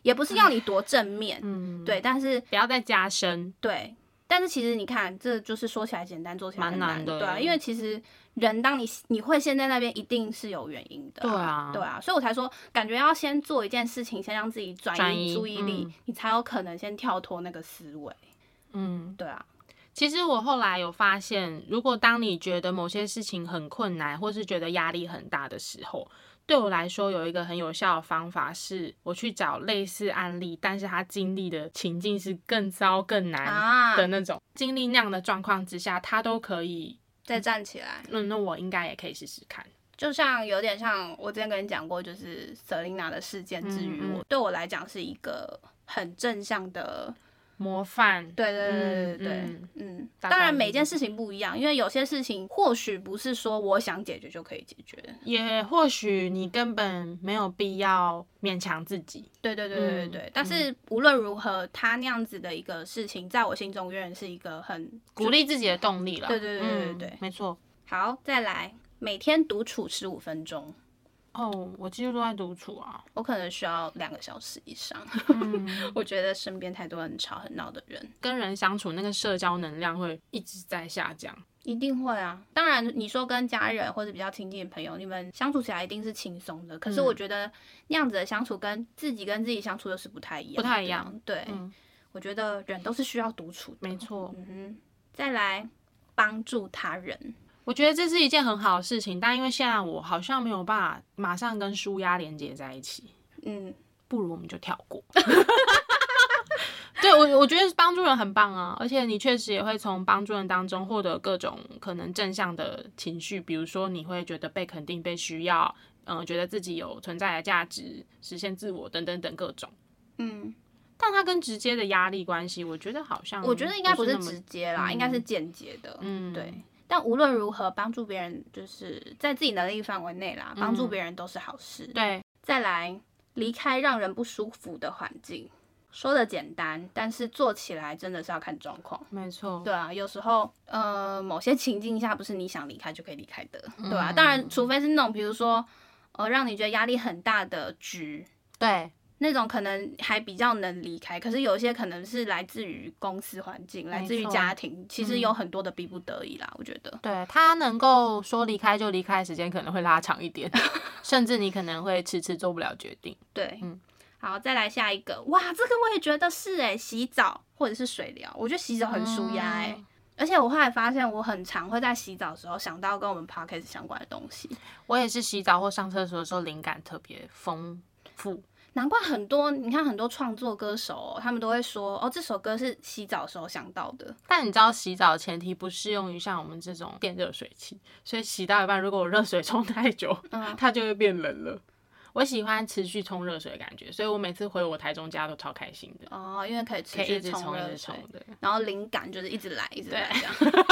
Speaker 2: 也不是要你多正面，
Speaker 1: 嗯，
Speaker 2: 对，但是
Speaker 1: 不要再加深，
Speaker 2: 对。但是其实你看，这就是说起来简单，做起来
Speaker 1: 蛮
Speaker 2: 很
Speaker 1: 难
Speaker 2: 难
Speaker 1: 的欸
Speaker 2: 对啊，因为其实人当你你会陷在那边，一定是有原因的、
Speaker 1: 对啊
Speaker 2: 对啊，所以我才说，感觉要先做一件事情，先让自己转
Speaker 1: 转移
Speaker 2: 移注意力，
Speaker 1: 嗯
Speaker 2: 你才有可能先跳脱那个思维，
Speaker 1: 嗯，
Speaker 2: 对啊，
Speaker 1: 其实我后来有发现，如果当你觉得某些事情很困难，或是觉得压力很大的时候，对我来说有一个很有效的方法是，我去找类似案例，但是他经历的情境是更糟、更难
Speaker 2: 啊，
Speaker 1: 的那种，经历那样的状况之下，他都可以。嗯
Speaker 2: 再站起来，
Speaker 1: 那那我应该也可以试试看。
Speaker 2: 就像有点像我之前跟你讲过，就是 Selina 的事件之于
Speaker 1: 嗯嗯
Speaker 2: 我，对我来讲是一个很正向的，
Speaker 1: 模范，
Speaker 2: 对对对对
Speaker 1: 嗯
Speaker 2: 对对
Speaker 1: 嗯，
Speaker 2: 嗯，
Speaker 1: 大
Speaker 2: 当然
Speaker 1: 概
Speaker 2: 每
Speaker 1: 是
Speaker 2: 件事情不一样，因为有些事情或许不是说我想解决就可以解决，
Speaker 1: 也或许你根本没有必要勉强自己。
Speaker 2: 对对对对对对，
Speaker 1: 嗯
Speaker 2: 但是无论如何，他那样子的一个事情，在我心中永远是一个很
Speaker 1: 鼓励自己的动力了。
Speaker 2: 对对对对
Speaker 1: 嗯
Speaker 2: 对对
Speaker 1: 没错。
Speaker 2: 好。再来，每天独处十五分钟，
Speaker 1: 哦，我几乎都在独处啊。
Speaker 2: 我可能需要两个小时以上。
Speaker 1: 嗯，
Speaker 2: *laughs* 我觉得身边太多很吵很闹的人，
Speaker 1: 跟人相处，那个社交能量会一直在下降。
Speaker 2: 一定会啊。当然，你说跟家人或者比较亲近的朋友，你们相处起来一定是轻松的。可是
Speaker 1: 嗯
Speaker 2: 我觉得那样子的相处，跟自己跟自己相处又是不太一样，
Speaker 1: 不太一样。
Speaker 2: 对，
Speaker 1: 嗯
Speaker 2: 我觉得人都是需要独处的。
Speaker 1: 没错，
Speaker 2: 嗯哼，再来帮助他人。
Speaker 1: 我觉得这是一件很好的事情，但因为现在我好像没有办法马上跟舒压连接在一起，
Speaker 2: 嗯，
Speaker 1: 不如我们就跳过。 *laughs* 对我，我觉得帮助人很棒啊，而且你确实也会从帮助人当中获得各种可能正向的情绪，比如说你会觉得被肯定、被需要，嗯、觉得自己有存在的价值、实现自我等等等各种。
Speaker 2: 嗯，
Speaker 1: 但它跟直接的压力关系，我觉得好像
Speaker 2: 我觉得应该不
Speaker 1: 嗯不
Speaker 2: 是
Speaker 1: 那么
Speaker 2: 直接啦，
Speaker 1: 嗯
Speaker 2: 应该是间接的。
Speaker 1: 嗯
Speaker 2: 对。但无论如何，帮助别人就是在自己能力范围内啦，帮
Speaker 1: 嗯
Speaker 2: 助别人都是好事。
Speaker 1: 对，
Speaker 2: 再来，离开让人不舒服的环境，说的简单，但是做起来真的是要看状况。
Speaker 1: 没错，
Speaker 2: 对啊，有时候呃，某些情境下不是你想离开就可以离开的，对啊，当然，除非是那种比如说呃，让你觉得压力很大的局，
Speaker 1: 对，
Speaker 2: 那种可能还比较能离开，可是有一些可能是来自于公司环境，来自于家庭，其实有很多的逼不得已啦。我觉得，
Speaker 1: 对，他能够说离开就离开，时间可能会拉长一点， *laughs* 甚至你可能会迟迟做不了决定。
Speaker 2: 对，
Speaker 1: 嗯
Speaker 2: 好，再来下一个，哇，这个我也觉得是哎、洗澡或者是水疗，我觉得洗澡很舒压哎、
Speaker 1: 嗯
Speaker 2: 而且我后来发现，我很常会在洗澡的时候想到跟我们 podcast 相关的东西，
Speaker 1: 我也是洗澡或上厕所的时候灵感特别丰富，
Speaker 2: 难怪很多你看很多创作歌手哦、他们都会说哦，这首歌是洗澡的时候想到的，
Speaker 1: 但你知道洗澡的前提不适用于像我们这种电热水器，所以洗到一半，如果我热水冲太久，
Speaker 2: 嗯
Speaker 1: 它就会变冷了。我喜欢持续冲热水的感觉，所以我每次回我台中家都超开心的，
Speaker 2: 哦，因为可以持
Speaker 1: 可以
Speaker 2: 续
Speaker 1: 一直
Speaker 2: 冲
Speaker 1: 冲一
Speaker 2: 热
Speaker 1: 直
Speaker 2: 水
Speaker 1: 冲，的。 *laughs*
Speaker 2: 然后灵感就是一直来一直来这样。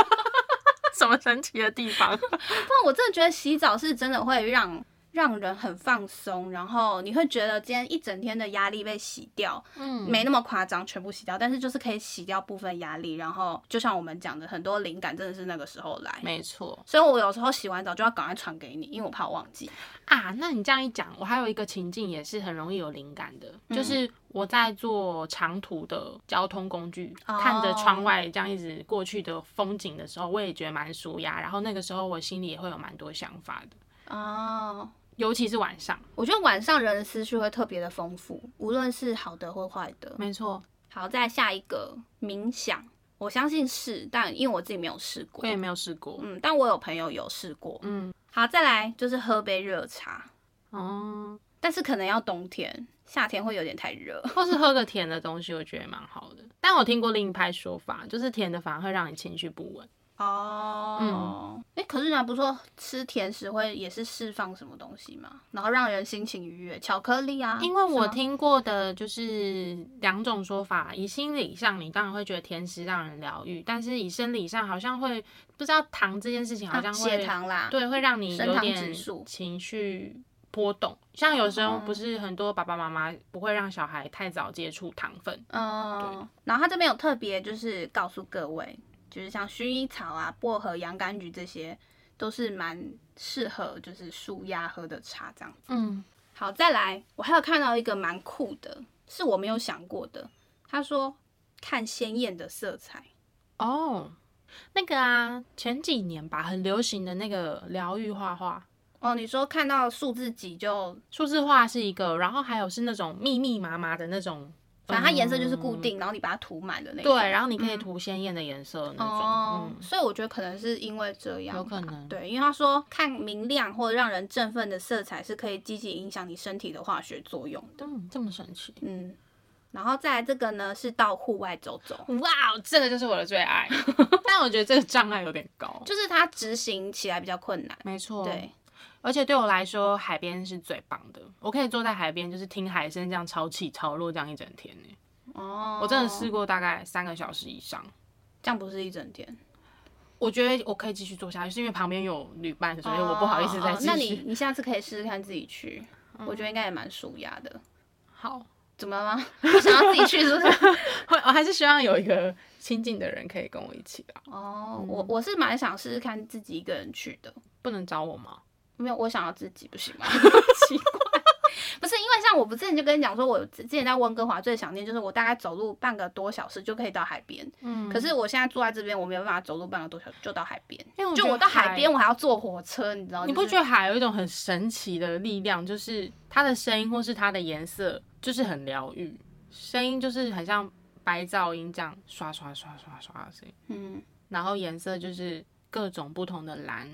Speaker 1: 什么神奇的地方？
Speaker 2: 但我真的觉得洗澡是真的会让让人很放松，然后你会觉得今天一整天的压力被洗掉，
Speaker 1: 嗯，
Speaker 2: 没那么夸张，全部洗掉，但是就是可以洗掉部分压力。然后就像我们讲的，很多灵感真的是那个时候
Speaker 1: *laughs*
Speaker 2: 来。
Speaker 1: 没错
Speaker 2: 所以我有时候洗完澡就要赶快传给你，因为我怕我忘记。
Speaker 1: 啊。那你这样一讲，我还有一个情境也是很容易有灵感的，就是我在坐长途的交通工具，
Speaker 2: 哦
Speaker 1: 看着窗外这样一直过去的风景的时候，我也觉得蛮舒压。然后那个时候我心里也会有蛮多想法的，
Speaker 2: 哦，
Speaker 1: 尤其是晚上。
Speaker 2: 我觉得晚上人的思绪会特别的丰富，无论是好的或坏的。
Speaker 1: 没错，
Speaker 2: 好，再下一个冥想，我相信是，但因为我自己没有试过
Speaker 1: 我，也没有试过。
Speaker 2: 嗯，但我有朋友有试过，
Speaker 1: 嗯，
Speaker 2: 好，再来就是喝杯热茶，
Speaker 1: 哦，
Speaker 2: 但是可能要冬天，夏天会有点太热。
Speaker 1: 或是喝个甜的东西，我觉得蛮好的。但我听过另一派说法，就是甜的反而会让你情绪不稳。嗯
Speaker 2: 哦，哎、可是人家不是说吃甜食会也是释放什么东西吗？然后让人心情愉悦，巧克力啊。
Speaker 1: 因为我
Speaker 2: 是吗，
Speaker 1: 听过的就是两种说法，以心理上你当然会觉得甜食让人疗愈，但是以生理上好像会不知道糖这件事情好像
Speaker 2: 啊
Speaker 1: 会、
Speaker 2: 血糖啦，，
Speaker 1: 对会让你
Speaker 2: 升
Speaker 1: 有
Speaker 2: 糖指
Speaker 1: 点
Speaker 2: 数哦
Speaker 1: 情绪波动。像有时候不是很多爸爸妈妈不会让小孩太早接触糖分，
Speaker 2: 嗯，然后他这边有特别就是告诉各位，就是像薰衣草啊、薄荷、洋甘菊这些，都是蛮适合就是舒压喝的茶这样子。
Speaker 1: 嗯，
Speaker 2: 好，再来，我还有看到一个蛮酷的，是我没有想过的。他说看鲜艳的色彩，
Speaker 1: 哦。那个啊，前几年吧，很流行的那个疗愈画画，
Speaker 2: 哦，你说看到数字几就
Speaker 1: 数字画是一个，然后还有是那种密密麻麻的那种嗯
Speaker 2: 反正它颜色就是固定，然后你把它涂满的那种。
Speaker 1: 对，然后你可以
Speaker 2: 嗯
Speaker 1: 涂鲜艳的颜色的那
Speaker 2: 哦、
Speaker 1: 种，嗯，
Speaker 2: 所以我觉得可能是因为这样吧，
Speaker 1: 有可能
Speaker 2: 对，因为他说看明亮或让人振奋的色彩是可以积极影响你身体的化学作用的，
Speaker 1: 嗯，这么神奇。
Speaker 2: 嗯，然后再来这个呢是到户外走走，
Speaker 1: 哇，哦这个就是我的最 *laughs* 爱，但我觉得这个障碍有点高。
Speaker 2: 就是它执行起来比较困难，
Speaker 1: *laughs* 没错，
Speaker 2: 对，
Speaker 1: 而且对我来说，海边是最棒的。我可以坐在海边，就是听海声这样潮起潮落，这样一整天呢。
Speaker 2: 哦，
Speaker 1: 我真的试过大概三个小时以上。
Speaker 2: 这样不是一整天，
Speaker 1: 我觉得我可以继续做下去，是因为旁边有旅伴，所以我不好意思再
Speaker 2: 哦哦
Speaker 1: 继续。嗯
Speaker 2: 那你你下次可以试试看自己去，我觉得应该也蛮舒压的，
Speaker 1: *laughs* 好，
Speaker 2: 怎么了吗？ *laughs* 不想要自己去
Speaker 1: *laughs*
Speaker 2: 是不是？
Speaker 1: 我我还是希望有一个亲近的人可以跟我一起啊。
Speaker 2: 哦，我我是蛮想试试看自己一个人去的，
Speaker 1: 不能找我吗？
Speaker 2: 没有，我想要自己
Speaker 1: *laughs*
Speaker 2: 不行吗？奇怪，不是因为像我不之前就跟你讲说，我之前在温哥华最想念就是我大概走路半个多小时就可以到海边，
Speaker 1: 嗯
Speaker 2: 可是我现在住在这边，我没有办法走路半个多小时就到海边，
Speaker 1: 因为我
Speaker 2: 就
Speaker 1: 觉得
Speaker 2: 我到海
Speaker 1: 海
Speaker 2: 边我还要坐火车，你知道？
Speaker 1: 你
Speaker 2: 就
Speaker 1: 不
Speaker 2: 是
Speaker 1: 觉得海有一种很神奇的力量，就是它的声音或是它的颜色，就是很疗愈。声音就是很像白噪音这样刷刷刷刷刷的声音，
Speaker 2: 嗯，
Speaker 1: 然后颜色就是各种不同的蓝，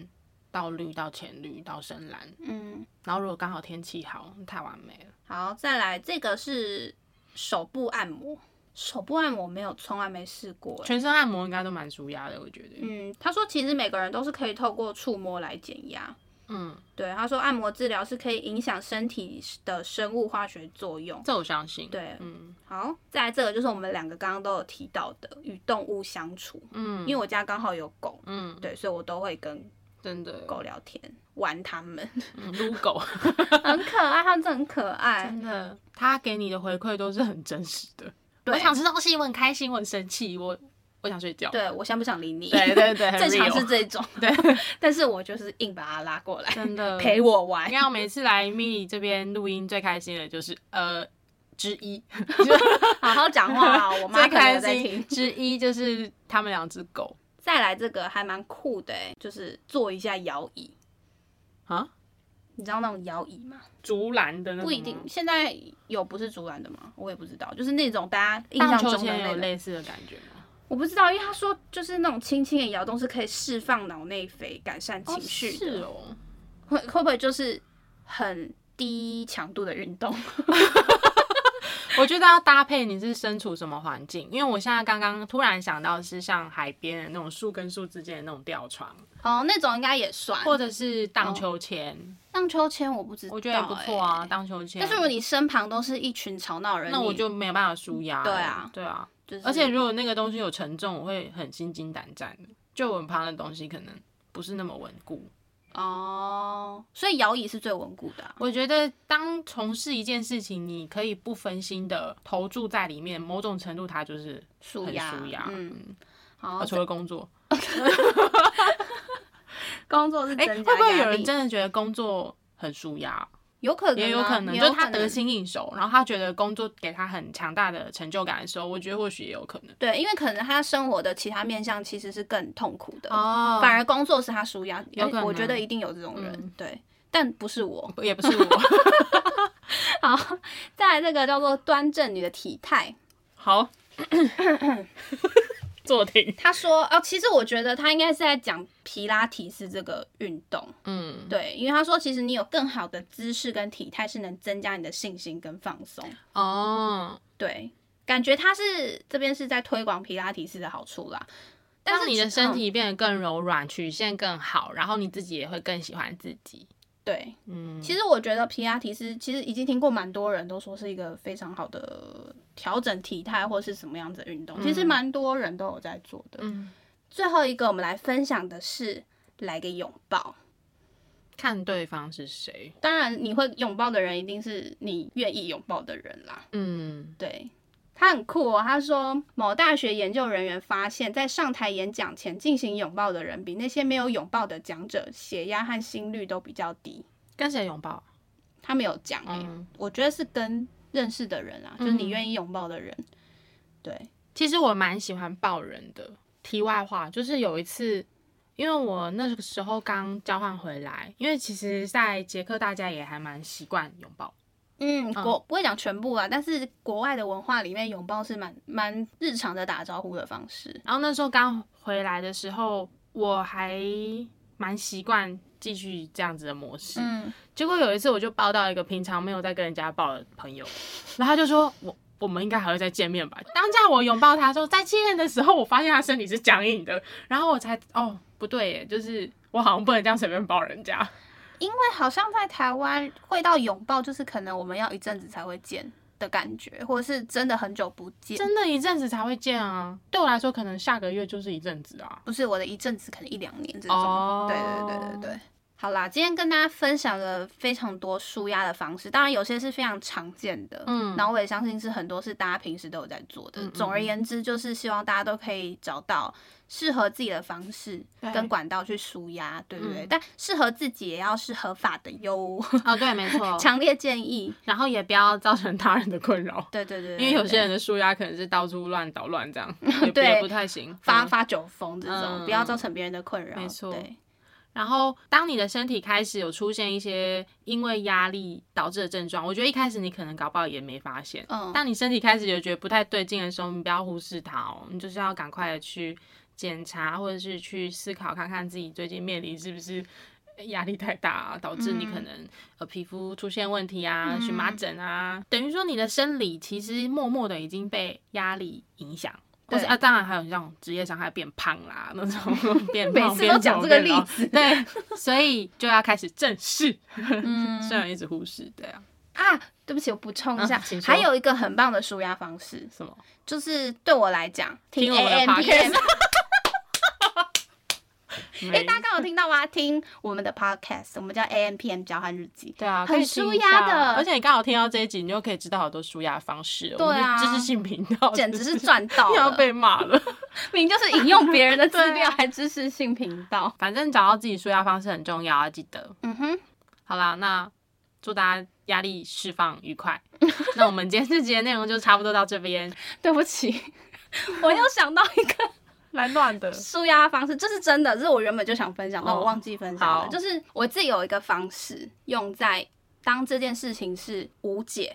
Speaker 1: 到绿到浅绿到深蓝。
Speaker 2: 嗯，
Speaker 1: 然后如果刚好天气好，太完美了。
Speaker 2: 好，再来这个是手部按摩，手部按摩没有从来没试过、欸
Speaker 1: 全身按摩应该都蛮舒压的，我觉得。
Speaker 2: 嗯，他说其实每个人都是可以透过触摸来减压，
Speaker 1: 嗯，
Speaker 2: 对，他说按摩治疗是可以影响身体的生物化学作用。
Speaker 1: 这我相信。，
Speaker 2: 对，
Speaker 1: 嗯
Speaker 2: 好，再来这个就是我们两个刚刚都有提到的与动物相处，
Speaker 1: 嗯
Speaker 2: 因为我家刚好有狗，
Speaker 1: 嗯，
Speaker 2: 对，所以我都会跟
Speaker 1: 真的，
Speaker 2: 狗聊天，玩
Speaker 1: *laughs*
Speaker 2: 它们，
Speaker 1: 嗯撸
Speaker 2: *laughs*
Speaker 1: 狗，
Speaker 2: 很可爱，它们真的很可爱
Speaker 1: 真。的，它给你的回馈都是很真实的。
Speaker 2: 对
Speaker 1: 我想吃东西，我很开心，我很生气，我我想睡觉。
Speaker 2: 对，我想不想理你？
Speaker 1: 对对对，很
Speaker 2: *laughs* 正常
Speaker 1: real
Speaker 2: 是这种，
Speaker 1: 对，
Speaker 2: *laughs* 但是我就是硬把它拉过来
Speaker 1: 真 *laughs* 的
Speaker 2: *laughs* 陪。我玩
Speaker 1: 你。看，我每次来 Milly 这边录音，最开心的就是呃之一，
Speaker 2: 好好讲话
Speaker 1: *laughs*
Speaker 2: 啊，我妈
Speaker 1: 最
Speaker 2: 可能
Speaker 1: 开
Speaker 2: 有在听
Speaker 1: 心。 *laughs* 之一就是他们两只狗
Speaker 2: 再来这个还蛮酷的、欸，就是坐一下摇椅，
Speaker 1: 啊，
Speaker 2: 你知道那种摇椅吗？
Speaker 1: 竹篮的那种
Speaker 2: 不一定，现在有不是竹篮的吗？我也不知道，就是那种大家印
Speaker 1: 吗。荡
Speaker 2: 象
Speaker 1: 秋
Speaker 2: 中的
Speaker 1: 千有
Speaker 2: 那种。
Speaker 1: 类似的感觉吗？
Speaker 2: 我不知道，因为他说就是那种轻轻的摇动是可以释放脑内啡、改善情绪
Speaker 1: 是
Speaker 2: 的，
Speaker 1: 哦，
Speaker 2: 会会不会就是很低强度的运动？ *laughs*
Speaker 1: 我觉得要搭配你是身处什么环境，因为我现在刚刚突然想到的是像海边的那种树跟树之间的那种吊床，
Speaker 2: 哦，那种应该也算。
Speaker 1: 或者是荡秋千，
Speaker 2: 荡秋千我不知道、
Speaker 1: 我觉得也不错啊，
Speaker 2: 哦欸。
Speaker 1: 荡秋千。
Speaker 2: 但是如果你身旁都是一群吵闹的人，
Speaker 1: 那我
Speaker 2: 你
Speaker 1: 就没有办法舒压。
Speaker 2: 对啊
Speaker 1: 对啊，
Speaker 2: 就是，
Speaker 1: 而且如果那个东西有沉重，我会很心惊胆战的，就我很怕那东西可能不是那么稳固。
Speaker 2: 哦，所以摇椅是最稳固的啊、
Speaker 1: 我觉得当从事一件事情，你可以不分心的投注在里面，某种程度它就是
Speaker 2: 舒
Speaker 1: 很
Speaker 2: 压
Speaker 1: 舒压。
Speaker 2: 嗯
Speaker 1: 嗯，
Speaker 2: 好
Speaker 1: 啊，，除了工作，
Speaker 2: 工作是
Speaker 1: 哎、
Speaker 2: 增加压
Speaker 1: 会
Speaker 2: 力，
Speaker 1: 不会有人真的觉得工作很舒压？哦
Speaker 2: 有可能啊、
Speaker 1: 也有可能，
Speaker 2: 也
Speaker 1: 就是他得心应手，然后他觉得工作给他很强大的成就感的时候，我觉得或许也有可能。
Speaker 2: 对，因为可能他生活的其他面向其实是更痛苦的，
Speaker 1: 哦
Speaker 2: 反而工作是他舒压。哎
Speaker 1: 有可
Speaker 2: 我
Speaker 1: 能
Speaker 2: 觉得一定有这种人，
Speaker 1: 嗯
Speaker 2: 对，但不
Speaker 1: *laughs*
Speaker 2: 是我。
Speaker 1: 也不是我。
Speaker 2: 好，再来这个叫做端正你的体态。
Speaker 1: 好， *coughs* 坐挺。
Speaker 2: 他说，哦，其实我觉得他应该是在讲皮拉提斯这个运动，
Speaker 1: 嗯，
Speaker 2: 对，因为他说其实你有更好的姿势跟体态是能增加你的信心跟放松，
Speaker 1: 哦，
Speaker 2: 对。感觉他是这边是在推广皮拉提斯的好处啦，但是
Speaker 1: 让你的
Speaker 2: 其
Speaker 1: 身
Speaker 2: 嗯
Speaker 1: 体变得更柔软，曲线更好，然后你自己也会更喜欢自己。
Speaker 2: 对，
Speaker 1: 嗯，
Speaker 2: 其实我觉得皮拉提斯其实已经听过蛮多人都说是一个非常好的调整体态或是什么样子的运动，其实蛮多人都有在做的。
Speaker 1: 嗯，
Speaker 2: 最后一个我们来分享的是来个拥抱，
Speaker 1: 看对方是谁。
Speaker 2: 当然你会拥抱的人一定是你愿意拥抱的人啦。
Speaker 1: 嗯，
Speaker 2: 对，他很酷哦。他说，某大学研究人员发现，在上台演讲前进行拥抱的人，比那些没有拥抱的讲者，血压和心率都比较低。
Speaker 1: 跟谁拥抱？啊
Speaker 2: 他没有讲、欸，
Speaker 1: 嗯
Speaker 2: 我觉得是跟认识的人啊，就是你
Speaker 1: 嗯
Speaker 2: 愿意拥抱的人，对，
Speaker 1: 其实我蛮喜欢抱人的。题外话，就是有一次，因为我那个时候刚交换回来，因为其实，在捷克大家也还蛮习惯拥抱，
Speaker 2: 嗯，国不会讲全部啊，但是国外的文化里面，拥抱是蛮蛮日常的打招呼的方式。
Speaker 1: 然后那时候刚回来的时候，我还蛮习惯继续这样子的模式。
Speaker 2: 嗯，
Speaker 1: 结果有一次我就抱到一个平常没有在跟人家抱的朋友，然后他就说我。我们应该还会再见面吧。当下我拥抱他说再见的时候，我发现他身体是僵硬的，然后我才哦不对耶，就是我好像不能这样随便抱人家。
Speaker 2: 因为好像在台湾会到拥抱，就是可能我们要一阵子才会见的感觉，或者是真的很久不见。
Speaker 1: 真的，一阵子才会见啊。对我来说，可能下个月就是一阵子 *laughs* 啊。
Speaker 2: 不是我的一阵子，可能一两年这种。
Speaker 1: 哦
Speaker 2: 对对对对对。好啦，今天跟大家分享了非常多舒压的方式，当然有些是非常常见的，
Speaker 1: 嗯
Speaker 2: 然后我也相信是很多是大家平时都有在做的。
Speaker 1: 嗯嗯
Speaker 2: 总而言之，就是希望大家都可以找到适合自己的方式
Speaker 1: 对
Speaker 2: 跟管道去舒压，对不对？
Speaker 1: 嗯
Speaker 2: 但适合自己也要是合法的哟，
Speaker 1: 哦，对，没错
Speaker 2: *laughs* 强烈建议。
Speaker 1: 然后也不要造成他人的困扰，
Speaker 2: 对对对对
Speaker 1: 因为有
Speaker 2: 对
Speaker 1: 些人的舒压可能是到处乱捣乱 *laughs* 这样，也不
Speaker 2: 对
Speaker 1: 也不太行。
Speaker 2: 发
Speaker 1: 嗯
Speaker 2: 发酒疯这种，
Speaker 1: 嗯
Speaker 2: 不要造成别人的困扰。
Speaker 1: 没错
Speaker 2: 对，
Speaker 1: 然后，当你的身体开始有出现一些因为压力导致的症状，我觉得一开始你可能搞不好也没发现。
Speaker 2: 嗯
Speaker 1: 当你身体开始有觉得不太对劲的时候，你不要忽视它哦，你就是要赶快的去检查，或者是去思考看看自己最近面临是不是。哎压力太大、啊，导致
Speaker 2: 嗯
Speaker 1: 你可能、呃皮肤出现问题啊，荨麻疹啊，等于说你的生理其实默默的已经被压力影响，或是
Speaker 2: 对
Speaker 1: 啊，当然还有像职业伤害变胖啦那种
Speaker 2: *laughs*
Speaker 1: 变
Speaker 2: 每
Speaker 1: 胖
Speaker 2: 次
Speaker 1: 变
Speaker 2: 都
Speaker 1: 丑
Speaker 2: 讲这个
Speaker 1: 变老
Speaker 2: 例子
Speaker 1: 对，所以就要开始正
Speaker 2: *laughs*
Speaker 1: 视，
Speaker 2: 嗯
Speaker 1: 虽然一直忽视，对啊，
Speaker 2: 啊，对不起，我补充一下
Speaker 1: 啊请，说
Speaker 2: 还有一个很棒的舒压方式，
Speaker 1: 什么？
Speaker 2: 就是对我来讲，
Speaker 1: 听我们的
Speaker 2: A M P M。哎，
Speaker 1: 没
Speaker 2: 大家刚好听到吗？听我们的 podcast，我们叫 A M P M 交换日记。
Speaker 1: 对啊，
Speaker 2: 很
Speaker 1: 可以听一
Speaker 2: 舒压
Speaker 1: 下
Speaker 2: 的
Speaker 1: 而且你刚好听到这一集，你就可以知道好多舒压方式了。
Speaker 2: 对啊
Speaker 1: 我们是知识性频道
Speaker 2: 简直是赚到
Speaker 1: 哦 *laughs* 又要
Speaker 2: 了！
Speaker 1: 被骂了。
Speaker 2: *laughs* 明明就是引用别人的
Speaker 1: *laughs*
Speaker 2: 资
Speaker 1: 对
Speaker 2: 料，
Speaker 1: 啊
Speaker 2: 还知识性频道。
Speaker 1: 反正找到自己舒压方式很重要啊，记得。
Speaker 2: 嗯哼，
Speaker 1: 好啦，那祝大家压力释放愉
Speaker 2: *laughs*
Speaker 1: 快。那我们今天这集的内容就差不多到这边，
Speaker 2: 对不起， *laughs* 我又想到一个
Speaker 1: 来乱的
Speaker 2: 舒压方式，这是真的，这是我原本就想分享，但我
Speaker 1: 哦
Speaker 2: 忘记分享了。
Speaker 1: 好
Speaker 2: 就是我自己有一个方式，用在当这件事情是无解，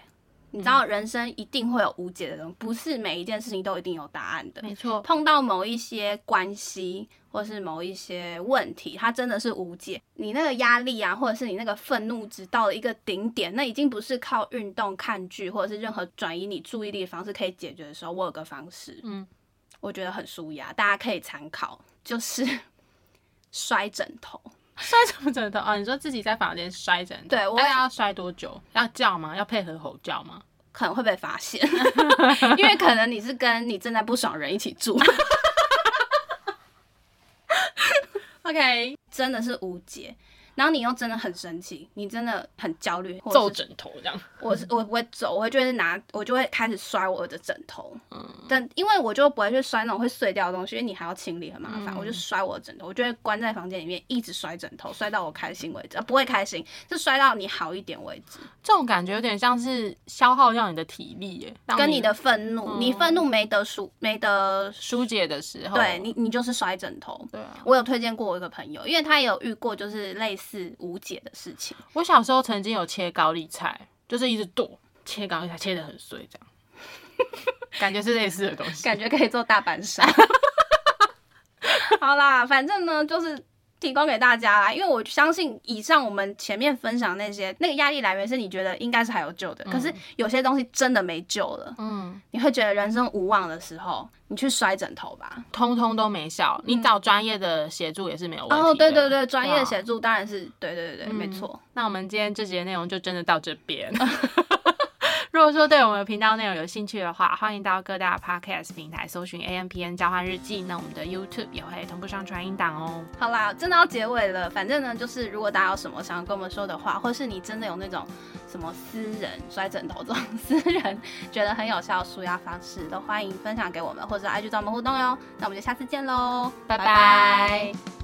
Speaker 2: 你
Speaker 1: 嗯
Speaker 2: 知道人生一定会有无解的东西，不是每一件事情都一定有答案的。
Speaker 1: 没错，
Speaker 2: 碰到某一些关系或是某一些问题，它真的是无解。你那个压力啊，或者是你那个愤怒值到了一个顶点，那已经不是靠运动、看剧或者是任何转移你注意力的方式可以解决的时候，我有个方式，
Speaker 1: 嗯，
Speaker 2: 我觉得很舒压，大家可以参考，就是摔枕头。
Speaker 1: *laughs* 摔什么枕头啊？你说自己在房间摔枕头，
Speaker 2: 对我
Speaker 1: 大概要摔多久？要叫吗？要配合吼叫吗？
Speaker 2: 可能会被
Speaker 1: *laughs*
Speaker 2: 发现，因为可能你是跟你正在不爽的人一起住，
Speaker 1: OK，
Speaker 2: 真的是无解。然后你又真的很生气，你真的很焦虑，或者
Speaker 1: 揍
Speaker 2: 是
Speaker 1: 枕头这样。
Speaker 2: 我是我不会走，我会就是拿，我就会开始摔我的枕头。
Speaker 1: 嗯
Speaker 2: 但因为我就不会去摔那种会碎掉的东西，因为你还要清理，很麻烦。
Speaker 1: 嗯
Speaker 2: 我就摔我的枕头，我就会关在房间里面一直摔枕头，摔到我开心为止。啊，不会开心，是摔到你好一点为止。
Speaker 1: 这种感觉有点像是消耗掉你的体力耶，让
Speaker 2: 跟你的愤怒，
Speaker 1: 嗯
Speaker 2: 你愤怒没得输，没得，
Speaker 1: 疏解的时候，
Speaker 2: 对你，你就是摔枕头。
Speaker 1: 对啊。
Speaker 2: 我有推荐过我一个朋友，因为他也有遇过就是类似无解的事情。
Speaker 1: 我小时候曾经有切高丽菜，就是一直剁切高丽菜，切的很碎，这样， *laughs* 感觉是类似的东西。
Speaker 2: 感觉可以做大阪烧。好啦，反正呢就是提供给大家啦，因为我相信以上我们前面分享那些那个压力来源是你觉得应该是还有救的，可是有些东西真的没救了，
Speaker 1: 嗯，
Speaker 2: 你会觉得人生无望的时候，你去摔枕头吧。
Speaker 1: 通通都没效，你找专业的协助也是没有问题的。
Speaker 2: 嗯哦，对对对，专业
Speaker 1: 啊
Speaker 2: 协助当然是对对对对，没错。
Speaker 1: 那我们今天这集的内容就真的到这边。 *laughs* 如果说对我们的频道内容有兴趣的话，欢迎到各大 podcast 平台搜寻 A M P N 交换日记。那我们的 YouTube 也会同步上传音档哦。
Speaker 2: 好啦，真的要结尾了。反正呢，就是如果大家有什么想要跟我们说的话，或是你真的有那种什么私人摔枕头这种私人觉得很有效的舒压方式，都欢迎分享给我们，或者 IG 找我们互动哟。那我们就下次见喽，
Speaker 1: 拜
Speaker 2: 拜拜
Speaker 1: 拜